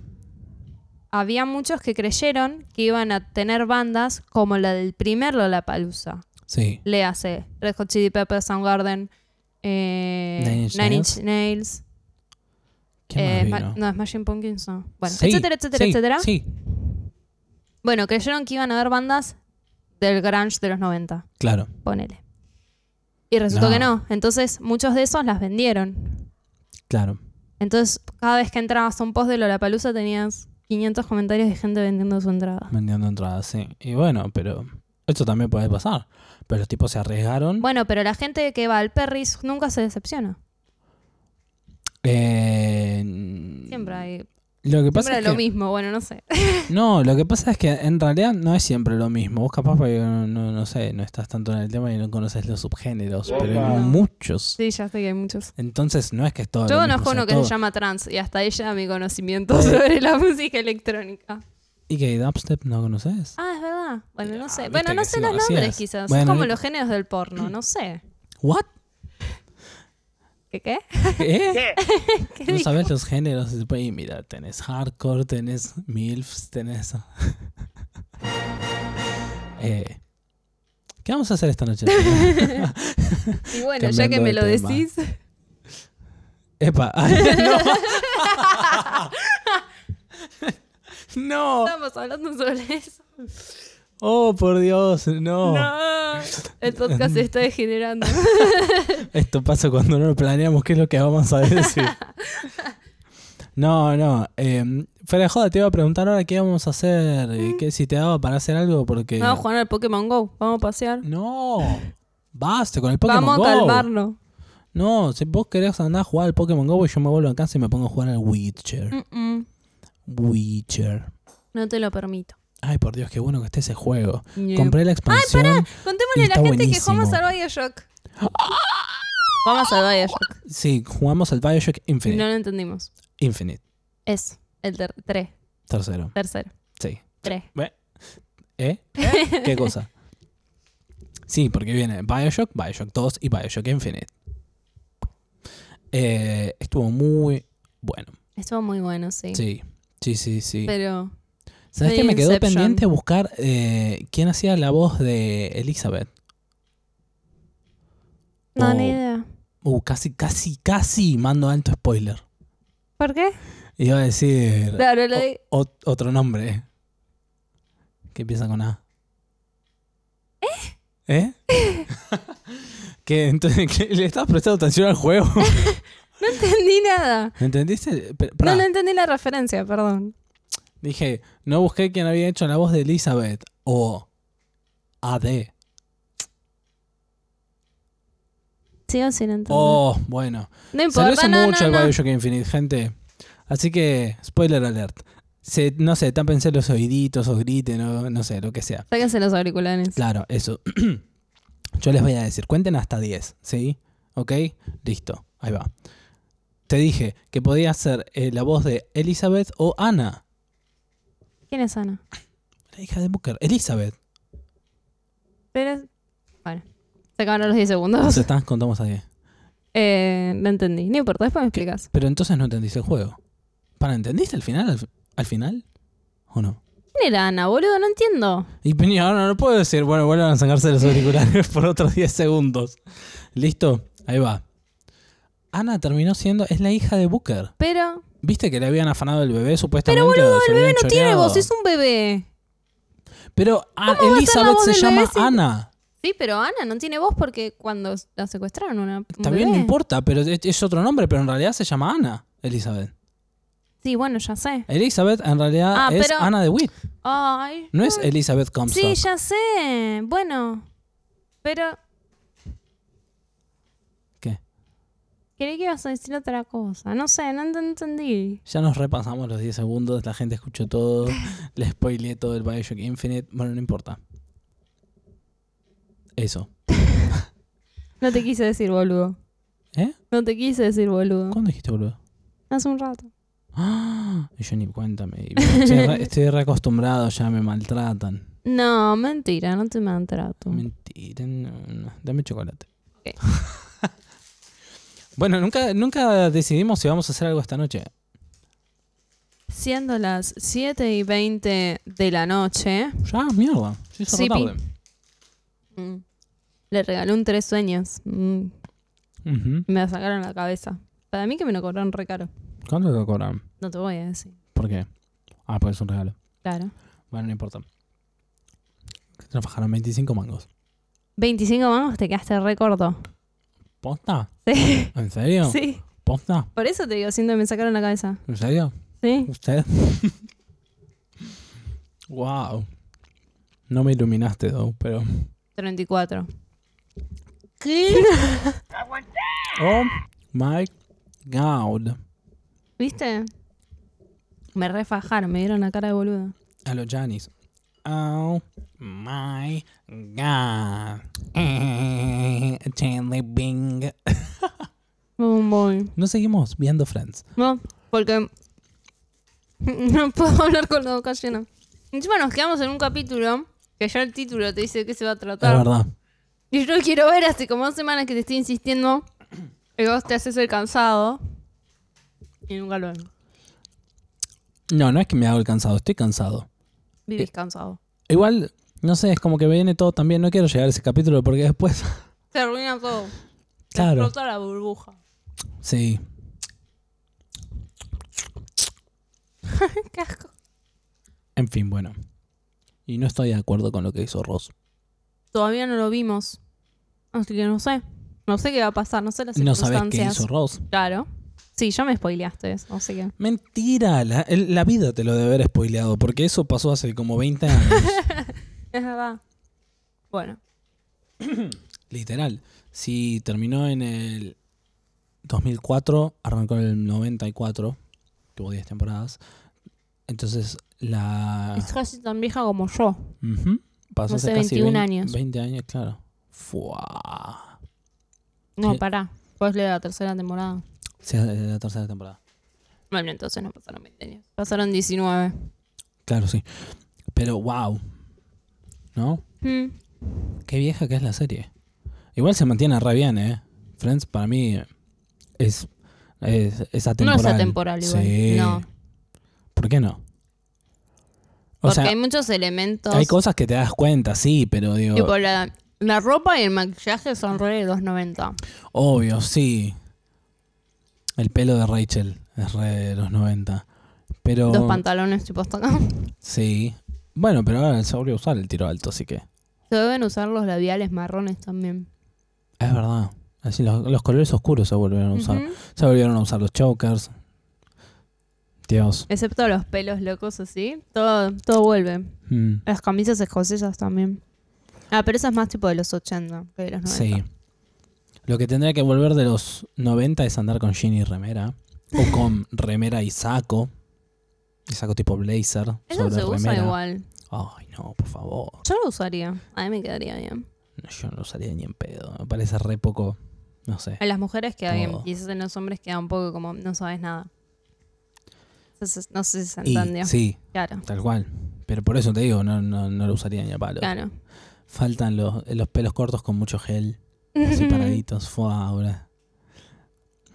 Speaker 1: había muchos que creyeron que iban a tener bandas como la del primer Lollapalooza.
Speaker 2: Sí.
Speaker 1: le hace Red Hot Chili Peppers, Soundgarden, eh,
Speaker 2: Nine Inch Nails.
Speaker 1: Nails,
Speaker 2: ¿Quién
Speaker 1: eh,
Speaker 2: más
Speaker 1: Ma-
Speaker 2: vino?
Speaker 1: no, Smashing Pumpkins, no. Bueno,
Speaker 2: Sí,
Speaker 1: etcétera, etcétera,
Speaker 2: sí,
Speaker 1: etcétera.
Speaker 2: Sí,
Speaker 1: Bueno, creyeron que iban a haber bandas del grunge de los 90,
Speaker 2: claro.
Speaker 1: ponele. Y resultó
Speaker 2: No.
Speaker 1: que no. Entonces, muchos de esos las vendieron.
Speaker 2: Claro.
Speaker 1: Entonces, cada vez que entrabas a un post de Lollapalooza tenías 500 comentarios de gente vendiendo su entrada.
Speaker 2: Vendiendo entradas, sí. Y bueno, pero Esto también puede pasar. Pero los tipos se arriesgaron.
Speaker 1: Bueno, pero la gente que va al Perris nunca se decepciona.
Speaker 2: Eh,
Speaker 1: Siempre hay.
Speaker 2: lo que pasa
Speaker 1: Siempre
Speaker 2: es
Speaker 1: lo
Speaker 2: que-
Speaker 1: mismo, bueno, no sé. [laughs]
Speaker 2: No, lo que pasa es que en realidad no es siempre lo mismo. Vos capaz porque no, no- no sé, no estás tanto en el tema y no conoces los subgéneros, pero hay
Speaker 1: No.
Speaker 2: muchos.
Speaker 1: Sí, ya sé que hay muchos.
Speaker 2: Entonces no es que es todo.
Speaker 1: Yo
Speaker 2: lo mismo,
Speaker 1: conozco
Speaker 2: o sea,
Speaker 1: uno que
Speaker 2: todo-
Speaker 1: se llama Trans y hasta ella mi
Speaker 2: [laughs]
Speaker 1: conocimiento sobre la música electrónica.
Speaker 2: ¿Y que dubstep no conoces?
Speaker 1: Ah, es verdad. Bueno, no
Speaker 2: Ah,
Speaker 1: sé.
Speaker 2: viste
Speaker 1: Bueno, no
Speaker 2: que
Speaker 1: sé
Speaker 2: sí
Speaker 1: los
Speaker 2: conocías.
Speaker 1: nombres quizás.
Speaker 2: Bueno,
Speaker 1: Son como
Speaker 2: no-
Speaker 1: los géneros del porno, no sé.
Speaker 2: ¿What?
Speaker 1: ¿Qué qué?
Speaker 2: [laughs] ¿Qué?
Speaker 1: ¿Qué
Speaker 2: No
Speaker 1: dijo?
Speaker 2: sabes los géneros. y después, Y mira, tenés hardcore, tenés MILFs, tenés. [laughs] Eh, ¿Qué vamos a hacer
Speaker 1: [laughs]
Speaker 2: esta noche?
Speaker 1: Y bueno, ya
Speaker 2: Cambiando
Speaker 1: que me
Speaker 2: de
Speaker 1: lo
Speaker 2: tema.
Speaker 1: decís. [laughs]
Speaker 2: Epa, ay, no. [laughs] no.
Speaker 1: Estamos hablando sobre eso.
Speaker 2: Oh, por Dios, no.
Speaker 1: No. El podcast se está
Speaker 2: [laughs]
Speaker 1: degenerando.
Speaker 2: Esto pasa cuando no lo planeamos, ¿qué es lo que vamos a decir?
Speaker 1: [laughs]
Speaker 2: No, no. Eh, fuera de joda, te iba a preguntar ahora qué vamos a hacer. eh, ¿Qué, si te daba para hacer algo, porque.
Speaker 1: Vamos a jugar al Pokémon Go. Vamos a pasear.
Speaker 2: No. Basta con el Pokémon
Speaker 1: Vamos a
Speaker 2: Go.
Speaker 1: calmarnos.
Speaker 2: No, si vos querés andar a jugar al Pokémon Go, yo me vuelvo a casa y me pongo a jugar al Witcher.
Speaker 1: Mm, mm.
Speaker 2: Witcher.
Speaker 1: No te lo permito.
Speaker 2: Ay, por Dios, qué bueno que esté ese juego.
Speaker 1: Yeah.
Speaker 2: Compré la expansión.
Speaker 1: Contémosle a la
Speaker 2: Está
Speaker 1: gente que
Speaker 2: buenísimo. ¡Ah!
Speaker 1: jugamos al Bioshock. Vamos al Bioshock.
Speaker 2: Sí, jugamos al Bioshock Infinite.
Speaker 1: No lo entendimos.
Speaker 2: Infinite,
Speaker 1: Es el ter- tres,
Speaker 2: tercero.
Speaker 1: tercero.
Speaker 2: Sí.
Speaker 1: Tres. [laughs]
Speaker 2: ¿Eh? ¿Qué cosa? Sí, porque viene Bioshock, Bioshock 2 y Bioshock Infinite. Eh, estuvo muy bueno.
Speaker 1: Estuvo muy bueno, sí.
Speaker 2: Sí, sí, sí, sí.
Speaker 1: Pero
Speaker 2: ¿Sabes
Speaker 1: de
Speaker 2: qué? Me quedó
Speaker 1: Inception.
Speaker 2: pendiente buscar eh, quién hacía la voz de Elizabeth.
Speaker 1: no, ni
Speaker 2: Oh.
Speaker 1: idea.
Speaker 2: Uh, casi, casi, casi mando alto spoiler.
Speaker 1: ¿Por qué?
Speaker 2: Iba a decir
Speaker 1: Claro, lo di-
Speaker 2: o- ot- otro nombre. ¿eh? Que empieza con A. ¿Eh? [laughs] ¿Eh? que entonces [laughs] que le estabas prestando atención
Speaker 1: [laughs]
Speaker 2: al juego.
Speaker 1: no entendí nada.
Speaker 2: ¿Entendiste? Pe- pará.
Speaker 1: No, no entendí la referencia, perdón.
Speaker 2: Dije, no busqué quién había hecho la voz de Elizabeth o AD.
Speaker 1: Sigo sin entender.
Speaker 2: Oh, bueno.
Speaker 1: no
Speaker 2: Se lo
Speaker 1: importa,
Speaker 2: hizo
Speaker 1: no,
Speaker 2: mucho
Speaker 1: no,
Speaker 2: el
Speaker 1: no.
Speaker 2: Bioshock Infinite, gente. Así que, spoiler alert. Se- no sé, tápense los oíditos o griten o no sé, lo que sea.
Speaker 1: Sáquense los auriculares.
Speaker 2: Claro, eso. [clears throat] Yo les voy a decir, cuenten hasta 10, ¿sí? ¿Ok? Listo, ahí va. Te dije que podía ser eh, la voz de Elizabeth o Ana,
Speaker 1: ¿Quién es Ana?
Speaker 2: la hija de Booker. Elizabeth.
Speaker 1: Pero... Bueno, se acabaron los 10 segundos.
Speaker 2: Entonces estás contamos a 10.
Speaker 1: Eh, no entendí. No importa, después me explicas.
Speaker 2: Pero entonces no entendiste el juego. ¿Para entendiste al final? ¿Al, al final? ¿O no?
Speaker 1: ¿Quién era Ana, boludo? No entiendo.
Speaker 2: Y Peña, ahora no puedo decir, bueno, vuelvan a sacarse los auriculares [laughs] por otros 10 segundos. ¿Listo? Ahí va. Ana terminó siendo, es la hija de Booker.
Speaker 1: Pero...
Speaker 2: ¿Viste que le habían afanado el bebé supuestamente?
Speaker 1: Pero
Speaker 2: o
Speaker 1: boludo,
Speaker 2: se
Speaker 1: el bebé
Speaker 2: habían
Speaker 1: no tiene
Speaker 2: choreado?
Speaker 1: voz, es un bebé.
Speaker 2: Pero
Speaker 1: va
Speaker 2: a-
Speaker 1: a ser la
Speaker 2: Elizabeth
Speaker 1: voz
Speaker 2: se
Speaker 1: del
Speaker 2: llama
Speaker 1: bebé si-
Speaker 2: Ana.
Speaker 1: Sí, pero Ana no tiene voz porque cuando la secuestraron una un
Speaker 2: También no
Speaker 1: bebé.
Speaker 2: importa, pero es, es otro nombre, pero en realidad se llama Ana, Elizabeth.
Speaker 1: Sí, bueno, ya sé.
Speaker 2: Elizabeth en realidad
Speaker 1: Ah,
Speaker 2: es
Speaker 1: pero-
Speaker 2: Ana de Witt,
Speaker 1: Ay.
Speaker 2: no es Elizabeth Comstock.
Speaker 1: Sí, ya sé. Bueno. Pero
Speaker 2: ¿Qué?
Speaker 1: creí que ibas a decir otra cosa. No sé, no ent- entendí.
Speaker 2: Ya nos repasamos los 10 segundos, la gente escuchó todo, le spoileé todo el Bioshock Infinite. Bueno, no importa. Eso.
Speaker 1: No te quise decir boludo.
Speaker 2: ¿Eh?
Speaker 1: No te quise decir boludo.
Speaker 2: ¿Cuándo dijiste, boludo?
Speaker 1: Hace un rato.
Speaker 2: ¡Ah! Y yo ni cuenta me di. Estoy re- estoy reacostumbrado, ya me maltratan.
Speaker 1: No, mentira, no te maltrato.
Speaker 2: Mentira, no, no. dame chocolate.
Speaker 1: Ok.
Speaker 2: [laughs] bueno, nunca, nunca decidimos si vamos a hacer algo esta noche.
Speaker 1: Siendo las 7 y 20 de la noche,
Speaker 2: Ya, mierda. Se hizo re
Speaker 1: Sí, pi.
Speaker 2: tarde.
Speaker 1: mm, le regalé un tres sueños. Mm,
Speaker 2: Ujú.
Speaker 1: me la sacaron la cabeza. Para mí que me lo cobraron re caro.
Speaker 2: ¿Cuánto te cobran?
Speaker 1: No te voy a decir.
Speaker 2: ¿Por qué? Ah, pues es un regalo.
Speaker 1: Claro.
Speaker 2: Bueno, no importa. Trabajaron 25 mangos.
Speaker 1: 25 mangos te quedaste re corto.
Speaker 2: ¿Posta?
Speaker 1: Sí.
Speaker 2: ¿En serio?
Speaker 1: Sí.
Speaker 2: ¿Posta?
Speaker 1: Por eso te digo, siento que me sacaron la cabeza.
Speaker 2: ¿En [laughs] serio?
Speaker 1: Sí.
Speaker 2: ¿Usted? wow. No me iluminaste, Dow, pero.
Speaker 1: 34.
Speaker 2: ¿Qué? oh my god.
Speaker 1: ¿Viste? Me refajaron, me dieron la cara de boludo.
Speaker 2: A los Janis. Oh my god. [laughs] Chandler Bing.
Speaker 1: Boom, boom.
Speaker 2: No seguimos viendo Friends.
Speaker 1: No, porque [laughs] no puedo hablar con la boca llena. Encima nos quedamos en un capítulo que ya el título te dice de qué se va a
Speaker 2: Es
Speaker 1: tratar.
Speaker 2: verdad.
Speaker 1: Y yo quiero ver hace como dos semanas que te estoy insistiendo que vos te haces el cansado y nunca lo ves.
Speaker 2: No, no es que me hago el cansado, estoy cansado.
Speaker 1: Vivís cansado.
Speaker 2: Igual, no sé, es como que viene todo también. No quiero llegar a ese capítulo porque después. [laughs]
Speaker 1: Se arruina todo. Se
Speaker 2: Claro.
Speaker 1: Explota la burbuja.
Speaker 2: Sí.
Speaker 1: Qué asco.
Speaker 2: En fin, bueno. Y no estoy de acuerdo con lo que hizo Ross.
Speaker 1: Todavía no lo vimos. Así que no sé. No sé qué va a pasar, no sé las
Speaker 2: No sabes qué
Speaker 1: circunstancias.
Speaker 2: hizo Ross.
Speaker 1: Claro. Sí, ya me spoileaste eso, así que.
Speaker 2: Mentira, la, el- la vida te lo debe haber spoileado, porque eso pasó hace como 20 años.
Speaker 1: Es verdad. Bueno.
Speaker 2: Literal. Si terminó en el 2004, arrancó en el 94, tuvo 10 temporadas. Entonces, la.
Speaker 1: Es casi tan vieja como yo.
Speaker 2: Ujú. Pasó
Speaker 1: Hace
Speaker 2: hace casi
Speaker 1: 21
Speaker 2: 20
Speaker 1: años.
Speaker 2: 20 años, claro. Fua.
Speaker 1: No,
Speaker 2: ¿Qué?
Speaker 1: pará. Pues leer la tercera temporada.
Speaker 2: Sí, es la tercera temporada.
Speaker 1: Bueno, entonces no pasaron 20 años. Pasaron 19.
Speaker 2: Claro, sí. Pero wow. ¿No?
Speaker 1: Mm.
Speaker 2: Qué vieja que es la serie. Igual se mantiene re bien, ¿eh? Friends para mí es, es, es
Speaker 1: No
Speaker 2: atemporal.
Speaker 1: es atemporal igual.
Speaker 2: Sí.
Speaker 1: No.
Speaker 2: ¿Por qué no? O
Speaker 1: Porque
Speaker 2: sea,
Speaker 1: hay muchos elementos.
Speaker 2: hay cosas que te das cuenta, sí, pero digo,
Speaker 1: tipo, la, la ropa y el maquillaje son re de 290.
Speaker 2: obvio, sí. El pelo de Rachel es re de los 90. Pero...
Speaker 1: Dos pantalones tipo hasta acá.
Speaker 2: Sí. Bueno, pero ahora se volvió a usar el tiro alto, así que...
Speaker 1: Se deben usar los labiales marrones también.
Speaker 2: Es verdad. Así los, los colores oscuros se volvieron a usar.
Speaker 1: Ujú.
Speaker 2: Se volvieron a usar los chokers. Dios.
Speaker 1: Excepto los pelos locos así. Todo, todo vuelve.
Speaker 2: Mm.
Speaker 1: Las camisas escocesas también. Ah, pero esa es más tipo de los 80 que de los 90.
Speaker 2: Sí. Lo que tendría que volver de los 90 es andar con jean y remera. O con remera y saco. Y saco tipo blazer.
Speaker 1: Eso
Speaker 2: sobre
Speaker 1: se usa
Speaker 2: remera.
Speaker 1: igual.
Speaker 2: Ay, no, por favor.
Speaker 1: Yo lo usaría. A mí me quedaría bien.
Speaker 2: No, yo no lo usaría ni en pedo. Me parece re poco. No sé.
Speaker 1: A las mujeres queda bien.
Speaker 2: Todo.
Speaker 1: Quizás en los hombres queda un poco como no sabes nada. Entonces, no sé si se
Speaker 2: Y-
Speaker 1: entendió.
Speaker 2: sí,
Speaker 1: Claro,
Speaker 2: tal cual. Pero por eso te digo, no, no, no lo usaría ni a palo.
Speaker 1: claro.
Speaker 2: Faltan los, los pelos cortos con mucho gel. Así paraditos. Fue ahora.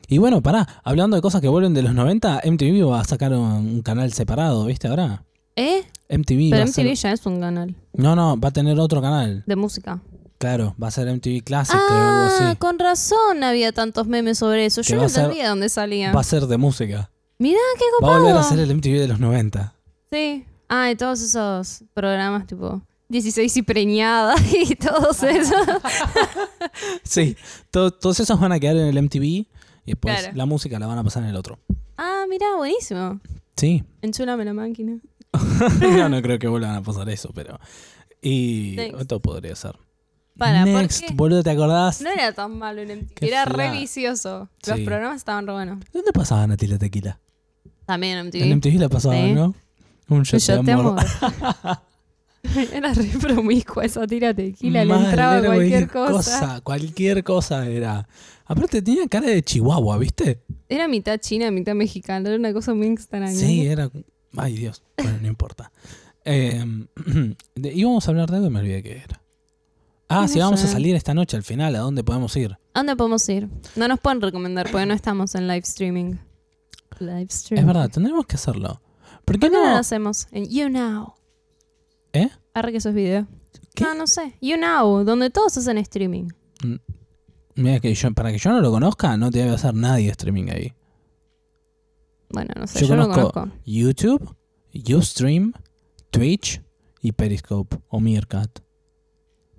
Speaker 2: Y bueno, pará. Hablando de cosas que vuelven de los 90, MTV va a sacar un, un canal separado, ¿viste ahora?
Speaker 1: [laughs] ¿Eh?
Speaker 2: MTV va
Speaker 1: Pero
Speaker 2: a ser-
Speaker 1: MTV ya es un canal
Speaker 2: No, no, va a tener otro canal.
Speaker 1: de música.
Speaker 2: Claro, va a ser MTV Classic creo, algo
Speaker 1: ah,
Speaker 2: así.
Speaker 1: con razón había tantos memes sobre eso.
Speaker 2: Que
Speaker 1: Yo no
Speaker 2: va a ser-
Speaker 1: entendía dónde salía.
Speaker 2: Va a ser de música.
Speaker 1: Mirá qué
Speaker 2: Va a
Speaker 1: copado.
Speaker 2: volver a ser el MTV de los 90.
Speaker 1: Sí. Ah, y todos esos programas tipo 16 y preñada [laughs] y todos esos.
Speaker 2: [laughs] Sí, to- todos esos van a quedar en el MTV y después
Speaker 1: Claro.
Speaker 2: la música la van a pasar en el otro.
Speaker 1: ah, mirá, buenísimo.
Speaker 2: Sí. [laughs]
Speaker 1: Enchúlame la máquina.
Speaker 2: no, no creo que vuelvan a pasar eso, pero... Y
Speaker 1: Thanks.
Speaker 2: esto podría ser.
Speaker 1: Para, ¿por
Speaker 2: Next,
Speaker 1: qué?
Speaker 2: boludo, ¿te acordás?
Speaker 1: No era tan malo en MTV,
Speaker 2: Qué
Speaker 1: era re
Speaker 2: fla-
Speaker 1: vicioso. Los
Speaker 2: Sí.
Speaker 1: programas estaban re buenos.
Speaker 2: ¿Dónde pasaban a ti la tequila?
Speaker 1: También en
Speaker 2: En
Speaker 1: MTV.
Speaker 2: MTV la pasaban,
Speaker 1: Sí.
Speaker 2: ¿no? Un shot
Speaker 1: Yo
Speaker 2: de
Speaker 1: te
Speaker 2: amor.
Speaker 1: amo.
Speaker 2: [laughs]
Speaker 1: era re promiscua esa tira tequila,
Speaker 2: Mal,
Speaker 1: le entraba
Speaker 2: era
Speaker 1: cualquier cosa.
Speaker 2: Cualquier cosa era. Aparte tenía cara de chihuahua, ¿viste?
Speaker 1: Era mitad china, mitad mexicana, era una cosa muy extraña.
Speaker 2: Sí, eh. era. Ay, Dios. Bueno, no importa. Eh, [clears throat] de- íbamos a hablar de algo y me olvidé qué era. Ah,
Speaker 1: No
Speaker 2: si vamos
Speaker 1: sé.
Speaker 2: a salir esta noche al final, ¿a dónde podemos ir?
Speaker 1: ¿A dónde podemos ir? No nos pueden recomendar porque no estamos en live streaming. Live streaming.
Speaker 2: Es verdad, tendremos que hacerlo. ¿Por
Speaker 1: ¿Por
Speaker 2: qué
Speaker 1: qué no lo
Speaker 2: no?
Speaker 1: hacemos? En You Now.
Speaker 2: ¿Eh?
Speaker 1: Arre que eso es video.
Speaker 2: ¿Qué?
Speaker 1: No, no sé. You Now, donde todos hacen streaming.
Speaker 2: Mira, que yo, para que yo no lo conozca, no te debe hacer nadie streaming ahí.
Speaker 1: Bueno, no sé, yo,
Speaker 2: Yo
Speaker 1: lo
Speaker 2: conozco-
Speaker 1: conozco.
Speaker 2: YouTube, Ustream, Twitch y Periscope o Meerkat.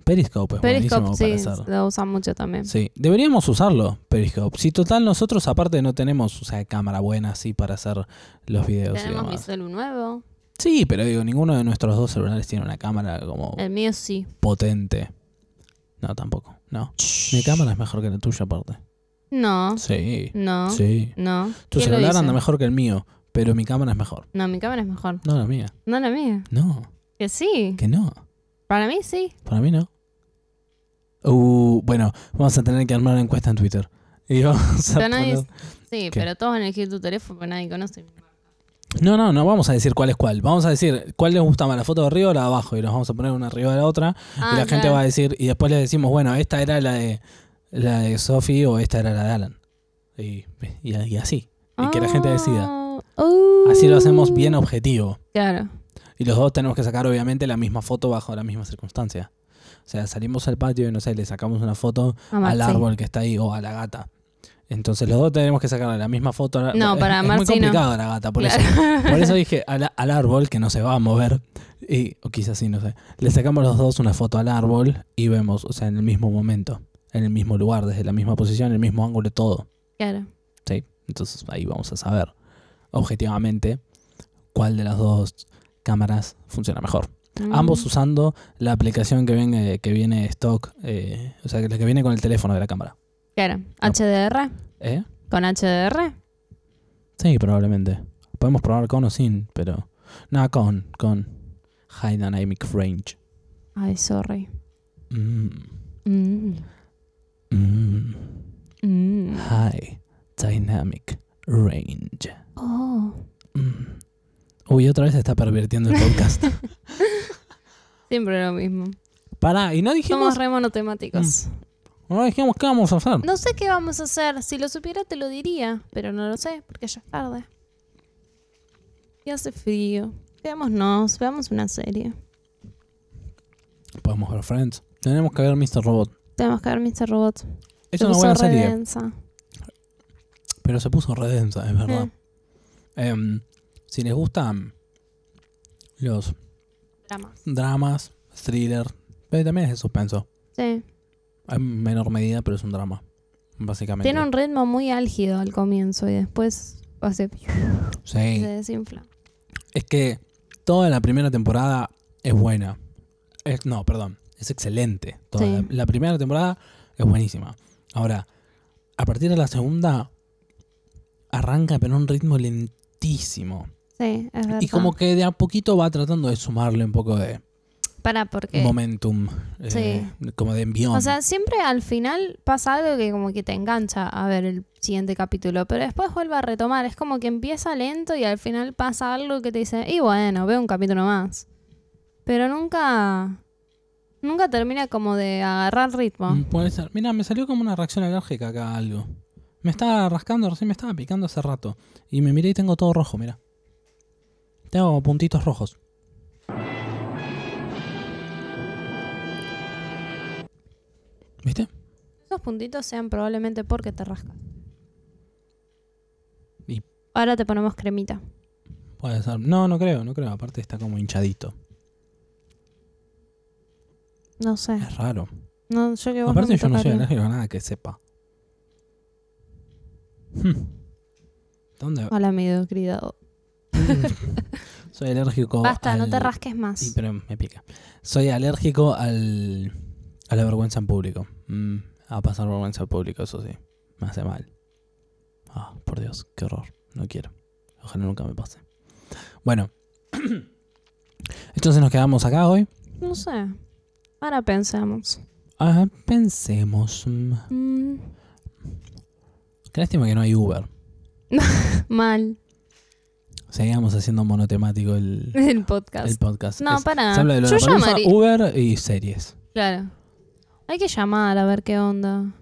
Speaker 2: Periscope es
Speaker 1: Periscope,
Speaker 2: buenísimo
Speaker 1: sí,
Speaker 2: para hacer.
Speaker 1: lo usan mucho también.
Speaker 2: Sí, deberíamos usarlo, Periscope. Si total nosotros aparte no tenemos, o sea, cámara buena así para hacer los videos y
Speaker 1: Tenemos mi
Speaker 2: demás.
Speaker 1: celu nuevo.
Speaker 2: Sí, pero digo, ninguno de nuestros dos celulares tiene una cámara como
Speaker 1: El mío sí.
Speaker 2: potente. No, tampoco. No. Mi cámara es mejor que la tuya, aparte.
Speaker 1: No,
Speaker 2: Sí.
Speaker 1: no,
Speaker 2: Sí.
Speaker 1: no.
Speaker 2: Tu
Speaker 1: ¿Quién lo
Speaker 2: celular
Speaker 1: dice?
Speaker 2: anda mejor que el mío, pero mi cámara es mejor.
Speaker 1: No, mi cámara es mejor.
Speaker 2: No, la mía.
Speaker 1: No la mía.
Speaker 2: No.
Speaker 1: Que sí.
Speaker 2: Que no.
Speaker 1: Para mí sí.
Speaker 2: Para mí no. Uh, bueno, vamos a tener que armar una encuesta en Twitter. Y [laughs] vamos a
Speaker 1: Pero nadie-
Speaker 2: poner-
Speaker 1: Sí,
Speaker 2: ¿Qué?
Speaker 1: pero todos van a elegir tu teléfono porque nadie conoce.
Speaker 2: No, no, no vamos a decir cuál es cuál. Vamos a decir cuál les gusta más, la foto de arriba o la de abajo. Y los vamos a poner una arriba de la otra.
Speaker 1: Ah,
Speaker 2: y la gente va a decir, y después les decimos, bueno, esta era la de la de Sophie o esta era la de Alan. Y, y- y así. Y que la gente decida. Así lo hacemos bien objetivo.
Speaker 1: Oh, uh. Claro.
Speaker 2: Y los dos tenemos que sacar, obviamente, la misma foto bajo la misma circunstancia. O sea, salimos al patio y no sé, le sacamos una foto
Speaker 1: A Maxi.
Speaker 2: al árbol que está ahí o a la gata. Entonces los dos tenemos que sacar la misma foto. a la-
Speaker 1: No,
Speaker 2: es-
Speaker 1: para
Speaker 2: es, muy
Speaker 1: Marci no.
Speaker 2: complicado la gata, por
Speaker 1: Claro.
Speaker 2: eso. Por
Speaker 1: [laughs]
Speaker 2: eso dije al, al árbol que no se va a mover. Y, o quizás sí, no sé. Le sacamos los dos una foto al árbol y vemos, o sea, en el mismo momento, en el mismo lugar, desde la misma posición, el mismo ángulo, todo.
Speaker 1: Claro.
Speaker 2: ¿sí? Entonces ahí vamos a saber objetivamente cuál de las dos cámaras funciona mejor. Ambos
Speaker 1: Mm.
Speaker 2: usando la aplicación que viene, que viene stock, eh, o sea, la que viene con el teléfono de la cámara.
Speaker 1: Claro. HDR.
Speaker 2: ¿Eh?
Speaker 1: Con HDR.
Speaker 2: Sí, probablemente. Podemos probar con o sin, pero. No, con, con High Dynamic Range.
Speaker 1: Ay, sorry.
Speaker 2: Mm,
Speaker 1: Mm,
Speaker 2: mm,
Speaker 1: mm.
Speaker 2: high Dynamic Range.
Speaker 1: Oh.
Speaker 2: Mm. Uy, otra vez se está
Speaker 1: [laughs]
Speaker 2: pervirtiendo el podcast.
Speaker 1: Siempre lo mismo.
Speaker 2: Pará, y no
Speaker 1: Somos
Speaker 2: dijimos,
Speaker 1: re monotemáticos.
Speaker 2: Mm. no dijimos qué vamos a hacer.
Speaker 1: No sé qué vamos a hacer. Si lo supiera te lo diría, pero no lo sé porque ya es tarde. Y hace frío. Veámonos, veamos una serie.
Speaker 2: Podemos ver Friends. Tenemos que ver Mr. Robot.
Speaker 1: Tenemos que ver Mr. Robot.
Speaker 2: Es
Speaker 1: Se
Speaker 2: una
Speaker 1: puso
Speaker 2: buena
Speaker 1: re
Speaker 2: serie,
Speaker 1: densa.
Speaker 2: pero se puso re densa, es verdad.
Speaker 1: Eh,
Speaker 2: Em, si les gustan los
Speaker 1: drama.
Speaker 2: dramas, thriller, pero también es de suspenso.
Speaker 1: Sí.
Speaker 2: En menor medida, pero es un drama. Básicamente.
Speaker 1: Tiene un ritmo muy álgido al comienzo y después hace- se
Speaker 2: Sí.
Speaker 1: desinfla.
Speaker 2: Es que toda la primera temporada es buena. Es- no, perdón. Es excelente. Toda
Speaker 1: Sí.
Speaker 2: la, la primera temporada es buenísima. Ahora, a partir de la segunda, arranca pero a un ritmo lentísimo.
Speaker 1: Sí, es verdad.
Speaker 2: Y como que de a poquito va tratando de sumarle un poco de
Speaker 1: Para, porque.
Speaker 2: momentum. eh, Como de envión.
Speaker 1: O sea, siempre al final pasa algo que como que te engancha a ver el siguiente capítulo, pero después vuelve a retomar. Es como que empieza lento y al final pasa algo que te dice, y bueno, veo un capítulo más. Pero nunca. Nunca termina como de agarrar ritmo.
Speaker 2: Mm, Puede ser. Mira, me salió como una reacción alérgica acá a algo. Me estaba rascando, recién me estaba picando hace rato. Y me miré y tengo todo rojo, mira. Tengo puntitos rojos. ¿Viste?
Speaker 1: Esos puntitos sean probablemente porque te rascas.
Speaker 2: Y-
Speaker 1: Ahora te ponemos cremita.
Speaker 2: Puede ser. No, no creo, no creo. Aparte está como hinchadito.
Speaker 1: No sé. [laughs]
Speaker 2: Es raro.
Speaker 1: No, yo que vos
Speaker 2: Aparte
Speaker 1: me
Speaker 2: yo no soy
Speaker 1: tocaría.
Speaker 2: alérgico a nada que sepa.
Speaker 1: [laughs]
Speaker 2: Hmm. ¿Dónde? [laughs]
Speaker 1: Hola, mediocridad.
Speaker 2: soy alérgico
Speaker 1: Basta, no te
Speaker 2: al-
Speaker 1: rasques más.
Speaker 2: Sí, pero me pica. Soy alérgico al, a la vergüenza en público. Mm, a pasar vergüenza en público, eso sí. Me hace mal. Ah, por Dios, qué horror. No quiero. Ojalá nunca me pase. Bueno. [clears throat] Entonces nos quedamos acá hoy.
Speaker 1: No sé. Ahora pensamos.
Speaker 2: Ah, pensemos. Mm,
Speaker 1: Mm,
Speaker 2: Qué lástima que no hay Uber.
Speaker 1: mal [laughs]
Speaker 2: Seguíamos haciendo monotemático el,
Speaker 1: el podcast.
Speaker 2: el podcast.
Speaker 1: No,
Speaker 2: Es-
Speaker 1: para.
Speaker 2: Se habla de Uh.
Speaker 1: Yo
Speaker 2: Lollapalooza,
Speaker 1: llamaría-
Speaker 2: Uber y series.
Speaker 1: Claro. Hay que llamar a ver qué onda.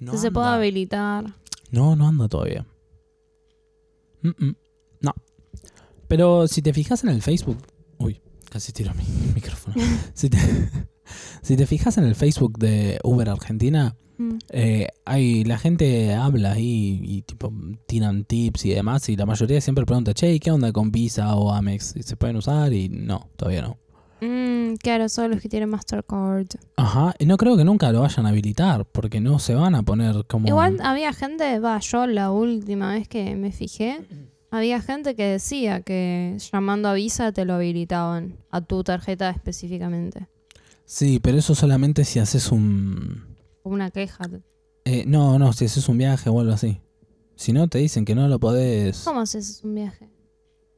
Speaker 2: No
Speaker 1: si se puede
Speaker 2: anda.
Speaker 1: habilitar.
Speaker 2: No, no anda todavía. Mm, mm, No. Pero si te fijas en el Facebook. Uy, casi tiro mi [laughs] micrófono. Si te, [laughs] si te fijas en el Facebook de Uber Argentina,
Speaker 1: Mm.
Speaker 2: eh, hay, la gente habla ahí y tipo tiran tips y demás. Y la mayoría siempre pregunta, che, ¿y ¿qué onda con Visa o Amex? ¿Se pueden usar? Y no, todavía no.
Speaker 1: Mm, claro, solo los que tienen Mastercard.
Speaker 2: Ajá, y no creo que nunca lo vayan a habilitar porque no se van a poner como.
Speaker 1: Igual había gente, va, yo la última vez que me fijé, Había gente que decía que llamando a Visa te lo habilitaban, a tu tarjeta específicamente.
Speaker 2: Sí, pero eso solamente si haces un...
Speaker 1: Una queja.
Speaker 2: eh, no, no, si haces un viaje o algo así. Si no, te dicen que no lo podés...
Speaker 1: ¿Cómo haces un viaje?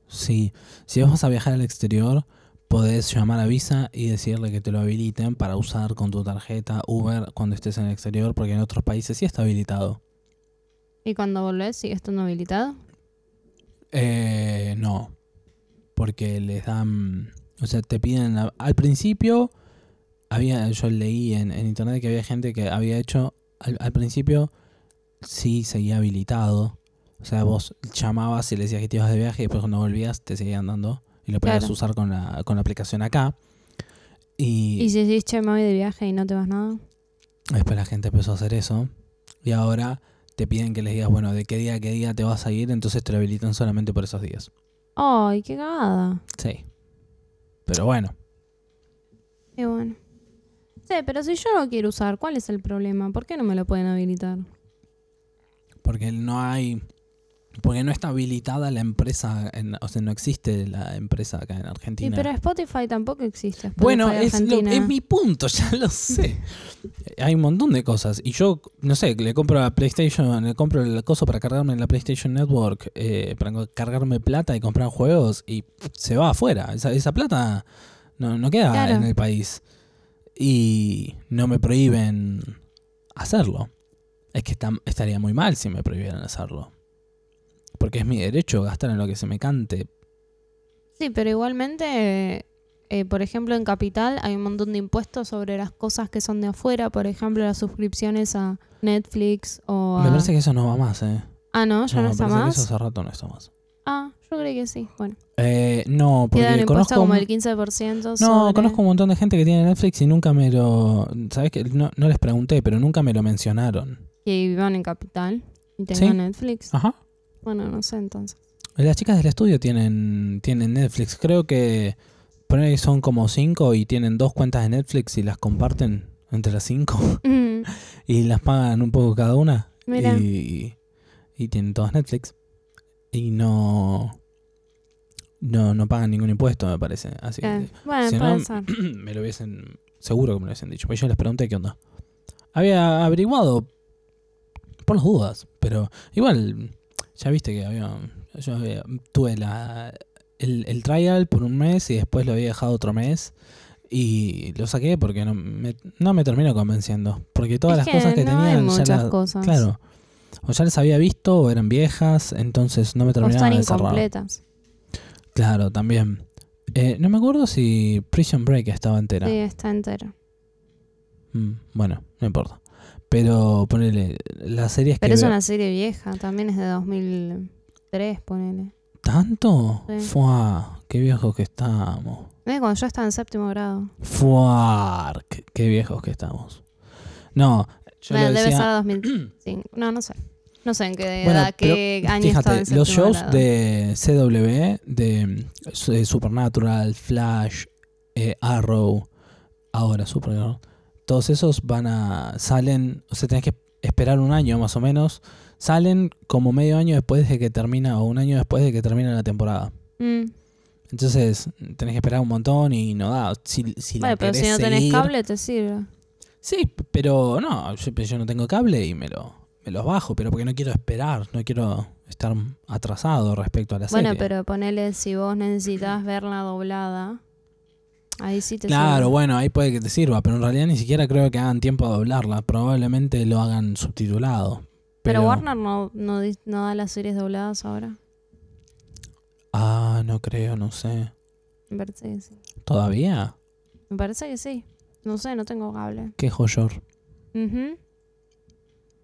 Speaker 2: Sí, si vos vas a viajar al exterior, podés llamar a Visa y decirle que te lo habiliten para usar con tu tarjeta Uber cuando estés en el exterior, porque en otros países sí está habilitado.
Speaker 1: ¿Y cuando volvés sigue estando habilitado?
Speaker 2: Eh, no, porque les dan, o sea, te piden, la- al principio, había, yo leí en, en internet que había gente que había hecho, al, al principio sí seguía habilitado, o sea, vos llamabas y le decías que te ibas de viaje y después cuando volvías te seguían dando y lo podías
Speaker 1: Claro.
Speaker 2: usar con la, con la aplicación acá.
Speaker 1: ¿Y si decís, che, me voy de viaje y no te vas nada?
Speaker 2: Después la gente empezó a hacer eso. Y ahora te piden que les digas, bueno, de qué día a qué día te vas a ir, entonces te lo habilitan solamente por esos días.
Speaker 1: ¡Ay, qué cagada!
Speaker 2: Sí. Pero bueno,
Speaker 1: Qué bueno. Sí, pero si yo lo quiero usar, ¿cuál es el problema? ¿Por qué no me lo pueden habilitar?
Speaker 2: porque no hay. Porque no está habilitada la empresa, en- o sea, no existe la empresa acá en
Speaker 1: Y
Speaker 2: Argentina.
Speaker 1: pero Spotify tampoco existe. Spotify
Speaker 2: bueno, es, lo-
Speaker 1: Argentina.
Speaker 2: es mi punto, [laughs] ya lo sé. Hay un montón de cosas. Y yo, no sé, le compro a PlayStation, le compro el coso para cargarme en la PlayStation Network, eh, para co- cargarme plata y comprar juegos y se va afuera. Esa, esa plata no, no queda
Speaker 1: Claro.
Speaker 2: en el país. Y no me prohíben hacerlo. Es que estam- estaría muy mal si me prohibieran hacerlo. Porque es mi derecho gastar en lo que se me cante.
Speaker 1: Sí, pero igualmente, eh, eh, por ejemplo, en Capital hay un montón de impuestos sobre las cosas que son de afuera, por ejemplo, las suscripciones a Netflix o a...
Speaker 2: Me parece que eso no va más, ¿eh?
Speaker 1: Ah, no, ya no,
Speaker 2: me
Speaker 1: está
Speaker 2: parece que
Speaker 1: más.
Speaker 2: eso hace rato no está más.
Speaker 1: Ah, yo creí que sí. Bueno,
Speaker 2: Eh, no,
Speaker 1: queda un
Speaker 2: porque
Speaker 1: impuesto
Speaker 2: conozco.
Speaker 1: como
Speaker 2: un-
Speaker 1: el ¿eh? 15%.
Speaker 2: No,
Speaker 1: sobre-
Speaker 2: conozco un montón de gente que tiene Netflix y nunca me lo. ¿Sabes que no, no les pregunté, pero nunca me lo mencionaron.
Speaker 1: Que vivan en Capital y
Speaker 2: Sí.
Speaker 1: tengan Netflix.
Speaker 2: Ajá.
Speaker 1: Bueno, no sé entonces. [laughs]
Speaker 2: Las chicas del estudio tienen, tienen Netflix. Creo que. Poner que son como cinco y tienen dos cuentas de Netflix y las comparten entre las cinco [laughs]
Speaker 1: Mm,
Speaker 2: y las pagan un poco cada una.
Speaker 1: Mira. eh,
Speaker 2: Y, y tienen todas Netflix. Y no. No, no pagan ningún impuesto, me parece. Así que.
Speaker 1: eh, Bueno,
Speaker 2: si no,
Speaker 1: puede ser.
Speaker 2: [clears throat] me lo hubiesen. Seguro que me lo hubiesen dicho. Pues yo les pregunté qué onda. Había averiguado por las dudas, pero igual, ya viste que había. Yo había- tuve la, el, el trial por un mes y después lo había dejado otro mes. Y lo saqué porque no me, no me termino convenciendo. Porque todas
Speaker 1: Es
Speaker 2: las cosas que
Speaker 1: no
Speaker 2: tenían.
Speaker 1: hay
Speaker 2: ya
Speaker 1: muchas
Speaker 2: las-
Speaker 1: cosas.
Speaker 2: Claro. O ya las había visto o eran viejas, entonces no me
Speaker 1: O
Speaker 2: terminaban
Speaker 1: están
Speaker 2: de cerrar.
Speaker 1: incompletas.
Speaker 2: Claro, también. Eh, no me acuerdo si Prison Break estaba entera.
Speaker 1: Sí, está entera.
Speaker 2: Mm, bueno, no importa. Pero ponele, las series
Speaker 1: Pero
Speaker 2: que
Speaker 1: es
Speaker 2: veo-
Speaker 1: una serie vieja, también es de 2003, ponele.
Speaker 2: ¿Tanto?
Speaker 1: Sí.
Speaker 2: Fuá, qué viejos que estamos.
Speaker 1: ¿Ves? Cuando yo estaba en séptimo grado.
Speaker 2: Fuá, qué, qué viejos que estamos. No, yo
Speaker 1: Bueno,
Speaker 2: lo
Speaker 1: debe
Speaker 2: decía-
Speaker 1: ser 2005. No, no sé. No sé en qué
Speaker 2: Bueno,
Speaker 1: edad, qué año estaba en
Speaker 2: Fíjate,
Speaker 1: séptimo
Speaker 2: los shows
Speaker 1: grado.
Speaker 2: de CW, de, mm, de Supernatural, Flash, eh, Arrow, ahora Supergirl, todos esos van a. salen, o sea, tenés que esperar un año más o menos. Salen como medio año después de que termina, o un año después de que termina la temporada.
Speaker 1: Mm.
Speaker 2: Entonces, tenés que esperar un montón y no da. Si, si la
Speaker 1: Bueno, pero si
Speaker 2: querés
Speaker 1: no tenés
Speaker 2: seguir-
Speaker 1: cable, te sirve.
Speaker 2: Sí, p- pero no, yo, yo no tengo cable y me lo me los bajo, pero porque no quiero esperar, no quiero estar atrasado respecto a la
Speaker 1: Bueno,
Speaker 2: serie.
Speaker 1: pero ponele si vos necesitas verla doblada. Ahí sí te
Speaker 2: claro,
Speaker 1: sirve.
Speaker 2: bueno, ahí puede que te sirva, pero en realidad ni siquiera creo que hagan tiempo a doblarla, probablemente lo hagan subtitulado.
Speaker 1: Pero, Warner no, no, dis- no da las series dobladas ahora.
Speaker 2: Ah, no creo, no sé.
Speaker 1: Me parece que sí.
Speaker 2: ¿Todavía?
Speaker 1: Me parece que sí. No sé, no tengo cable.
Speaker 2: Qué joyor.
Speaker 1: Ujú.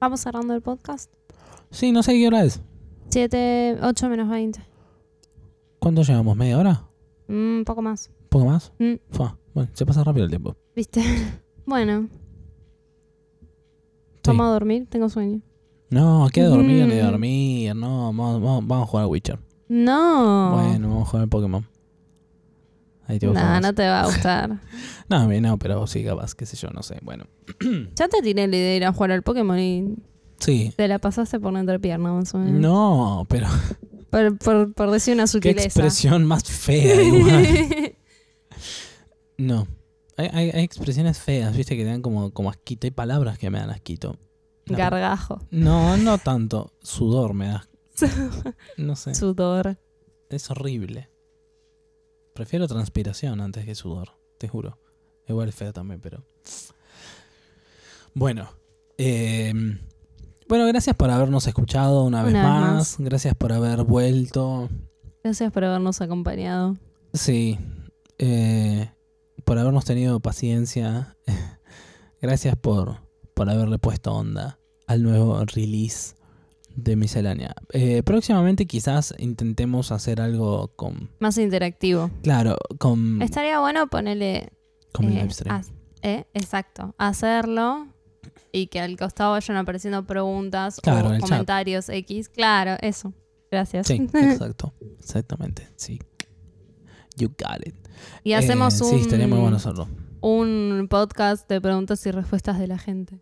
Speaker 1: Vamos cerrando el podcast.
Speaker 2: Sí, no sé qué hora es.
Speaker 1: 7, 8 menos 20.
Speaker 2: ¿Cuánto llevamos? ¿Media hora?
Speaker 1: Mm, un poco más.
Speaker 2: ¿Un poco más?
Speaker 1: Mm.
Speaker 2: Fua, Bueno, se pasa rápido el tiempo.
Speaker 1: ¿Viste? [laughs] bueno,
Speaker 2: Sí.
Speaker 1: vamos a dormir, tengo sueño.
Speaker 2: No, queda dormir, ni
Speaker 1: Mm.
Speaker 2: dormir, no, vamos, vamos- vamos a jugar a Witcher.
Speaker 1: No.
Speaker 2: Bueno, vamos a jugar al Pokémon. Ahí te
Speaker 1: no,
Speaker 2: voy a
Speaker 1: no te va a
Speaker 2: [laughs]
Speaker 1: gustar.
Speaker 2: No, a mí no, pero sí, capaz, qué sé yo, no sé. Bueno,
Speaker 1: ya te tiré la idea de ir a jugar al Pokémon y
Speaker 2: sí.
Speaker 1: Mm. te la pasaste por la entrepierna, más o menos.
Speaker 2: No, pero
Speaker 1: Por, por- por decir una
Speaker 2: Qué
Speaker 1: sutileza. [laughs]
Speaker 2: expresión más fea, igual. No. Hay, hay- hay expresiones feas, viste, que te dan como, como asquito. Hay palabras que me dan asquito. La-
Speaker 1: Gargajo.
Speaker 2: No, no tanto. Sudor
Speaker 1: [laughs]
Speaker 2: me da. No sé.
Speaker 1: Sudor.
Speaker 2: Es horrible. Prefiero transpiración antes que sudor, te juro. Igual es feo también, pero. Bueno. eh, bueno, gracias por habernos escuchado una vez
Speaker 1: Una vez
Speaker 2: más.
Speaker 1: más.
Speaker 2: Gracias por haber vuelto.
Speaker 1: Gracias por habernos acompañado.
Speaker 2: Sí. eh, por habernos tenido paciencia. [laughs] gracias por, por haberle puesto onda al nuevo release de miscelánea. Eh, próximamente quizás intentemos hacer algo con
Speaker 1: Más interactivo.
Speaker 2: Claro, con,
Speaker 1: Estaría bueno ponerle.
Speaker 2: con el
Speaker 1: eh,
Speaker 2: live stream.
Speaker 1: haz- eh, exacto. Hacerlo y que al costado vayan apareciendo preguntas
Speaker 2: Claro, en
Speaker 1: o
Speaker 2: el chat.
Speaker 1: comentarios X. Claro, eso. Gracias.
Speaker 2: Sí,
Speaker 1: [laughs]
Speaker 2: exacto. Exactamente, sí. You got it.
Speaker 1: y hacemos
Speaker 2: Eh,
Speaker 1: un,
Speaker 2: Sí, estaría muy bueno hacerlo.
Speaker 1: un podcast de preguntas y respuestas de la gente.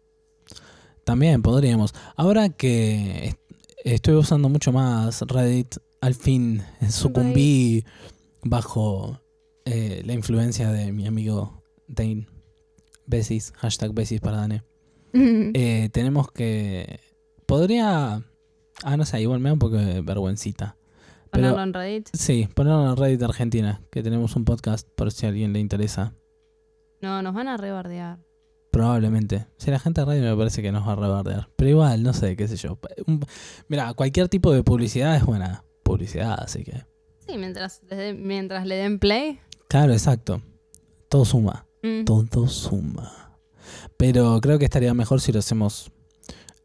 Speaker 2: También podríamos. Ahora que est- estoy usando mucho más Reddit, al fin sucumbí bajo eh, la influencia de mi amigo Dane. Besis, hashtag Besis para Dane. Eh, tenemos que. Podría. Ah, no sé, igual me da un poco de vergüencita.
Speaker 1: [laughs] Ponerlo
Speaker 2: pero-
Speaker 1: en Reddit.
Speaker 2: Sí, ponerlo en Reddit Argentina, que tenemos un podcast por si a alguien le interesa.
Speaker 1: No, nos van a rebardear.
Speaker 2: Probablemente. Si la gente de Reddit me parece que nos va a rebardear. Pero igual, no sé, qué sé yo. Un- Mira, cualquier tipo de publicidad es buena publicidad, así que.
Speaker 1: Sí, mientras, desde- mientras le den play.
Speaker 2: Claro, exacto. Todo suma.
Speaker 1: Mm.
Speaker 2: Todo suma. Pero creo que estaría mejor si lo hacemos.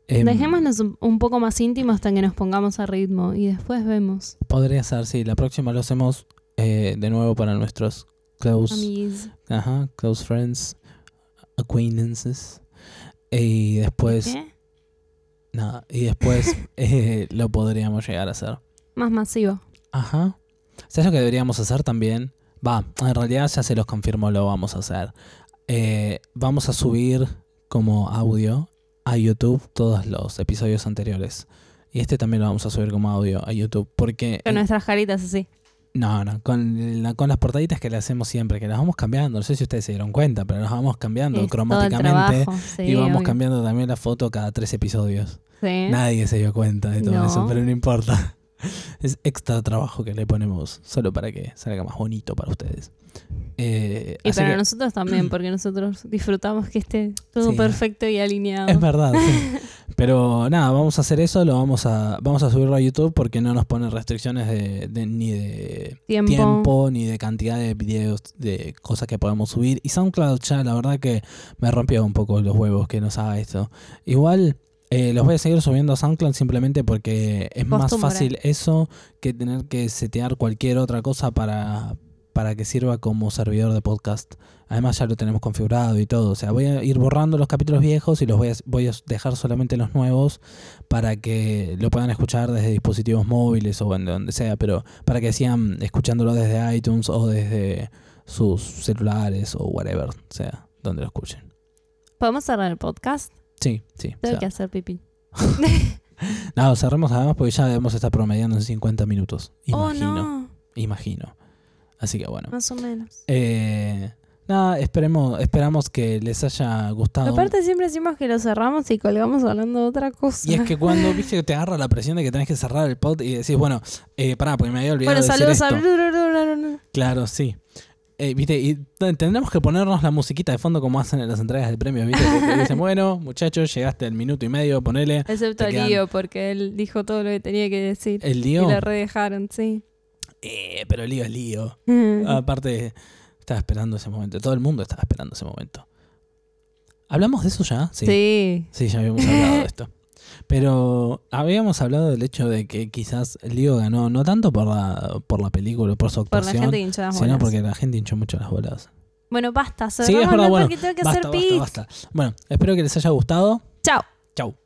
Speaker 2: em,
Speaker 1: Dejémonos un, un poco más íntimos hasta que nos pongamos a ritmo y después vemos.
Speaker 2: Podría ser, sí. La próxima lo hacemos eh, de nuevo para nuestros close.
Speaker 1: Amiguis.
Speaker 2: Ajá, close friends, acquaintances. Y después,
Speaker 1: ¿Qué?
Speaker 2: nada, y después eh, lo podríamos llegar a hacer.
Speaker 1: Más masivo.
Speaker 2: Ajá. ¿Sabes lo que deberíamos hacer también? Va, en realidad ya se los confirmo, lo vamos a hacer. Eh, vamos a subir como audio a YouTube todos los episodios anteriores. Y este también lo vamos a subir como audio a YouTube. Porque.
Speaker 1: Con nuestras caritas así.
Speaker 2: No, no, con, la- con las portaditas que le hacemos siempre, que las vamos cambiando. No sé si ustedes se dieron cuenta, pero las vamos cambiando
Speaker 1: Es todo el
Speaker 2: cromáticamente.
Speaker 1: trabajo, sí,
Speaker 2: y vamos
Speaker 1: obvio.
Speaker 2: cambiando también la foto cada tres episodios.
Speaker 1: Sí.
Speaker 2: Nadie se dio cuenta de todo
Speaker 1: ¿Eh? No.
Speaker 2: eso, pero no importa. [laughs] Es extra trabajo que le ponemos solo para que salga más bonito para ustedes. Eh,
Speaker 1: Y
Speaker 2: así
Speaker 1: para
Speaker 2: que- mm.
Speaker 1: nosotros también, porque nosotros disfrutamos que esté todo
Speaker 2: Sí.
Speaker 1: perfecto y alineado.
Speaker 2: es verdad,
Speaker 1: [laughs]
Speaker 2: sí. Pero nada, vamos a hacer eso, lo vamos a, vamos a subirlo a YouTube porque no nos ponen restricciones de, de- ni de
Speaker 1: Tiempo.
Speaker 2: tiempo, ni de cantidad de videos, de cosas que podemos subir. Y SoundCloud ya, la verdad que me rompió un poco los huevos que nos haga esto. Igual eh, los voy a seguir subiendo a SoundCloud simplemente porque es más
Speaker 1: Costumbre.
Speaker 2: fácil eso que tener que setear cualquier otra cosa para, para que sirva como servidor de podcast. Además ya lo tenemos configurado y todo. O sea, voy a ir borrando los capítulos viejos y los voy a, voy a dejar solamente los nuevos para que lo puedan escuchar desde dispositivos móviles o en donde sea, pero para que sigan escuchándolo desde iTunes o desde sus celulares o whatever, sea, donde lo escuchen.
Speaker 1: ¿Podemos cerrar el podcast?
Speaker 2: Sí, sí.
Speaker 1: Tengo
Speaker 2: o sea,
Speaker 1: que hacer pipí.
Speaker 2: No, cerremos además porque ya debemos estar promediando en 50 minutos. Imagino,
Speaker 1: Oh, no.
Speaker 2: imagino. Así que bueno.
Speaker 1: Más o menos.
Speaker 2: Eh, nada, esperemos, esperamos que les haya gustado.
Speaker 1: Aparte, siempre decimos que lo cerramos y colgamos hablando de otra cosa. [laughs]
Speaker 2: Y es que cuando viste que te agarra la presión de que tenés que cerrar el pod y decís, bueno, eh, pará, porque me había olvidado
Speaker 1: bueno,
Speaker 2: de decir
Speaker 1: saludos
Speaker 2: esto.
Speaker 1: a.
Speaker 2: Claro, sí. Eh, viste, y t- tendremos que ponernos la musiquita de fondo como hacen en las entregas del premio, viste, que te dicen, bueno, muchachos, llegaste al minuto y medio, ponele
Speaker 1: Excepto
Speaker 2: Te
Speaker 1: a
Speaker 2: quedan-
Speaker 1: Lío, porque él dijo todo lo que tenía que decir.
Speaker 2: el
Speaker 1: Y
Speaker 2: lío.
Speaker 1: lo redejaron, sí.
Speaker 2: Eh, pero el lío es lío.
Speaker 1: [laughs]
Speaker 2: Ah, Aparte, estaba esperando ese momento. Todo el mundo estaba esperando ese momento. ¿Hablamos de eso ya?
Speaker 1: sí.
Speaker 2: Sí, ya habíamos hablado de esto. Pero habíamos hablado del hecho de que quizás Leo ganó, no tanto por la, por la película, por su
Speaker 1: Por la
Speaker 2: actuación,
Speaker 1: gente que hinchó las
Speaker 2: sino
Speaker 1: bolas.
Speaker 2: porque la gente hinchó mucho las bolas.
Speaker 1: Bueno, basta,
Speaker 2: es
Speaker 1: cerramos
Speaker 2: verdad, bueno,
Speaker 1: porque tengo que
Speaker 2: basta,
Speaker 1: hacer
Speaker 2: basta,
Speaker 1: pis.
Speaker 2: basta. Bueno, espero que les haya gustado.
Speaker 1: Chao.
Speaker 2: Chau.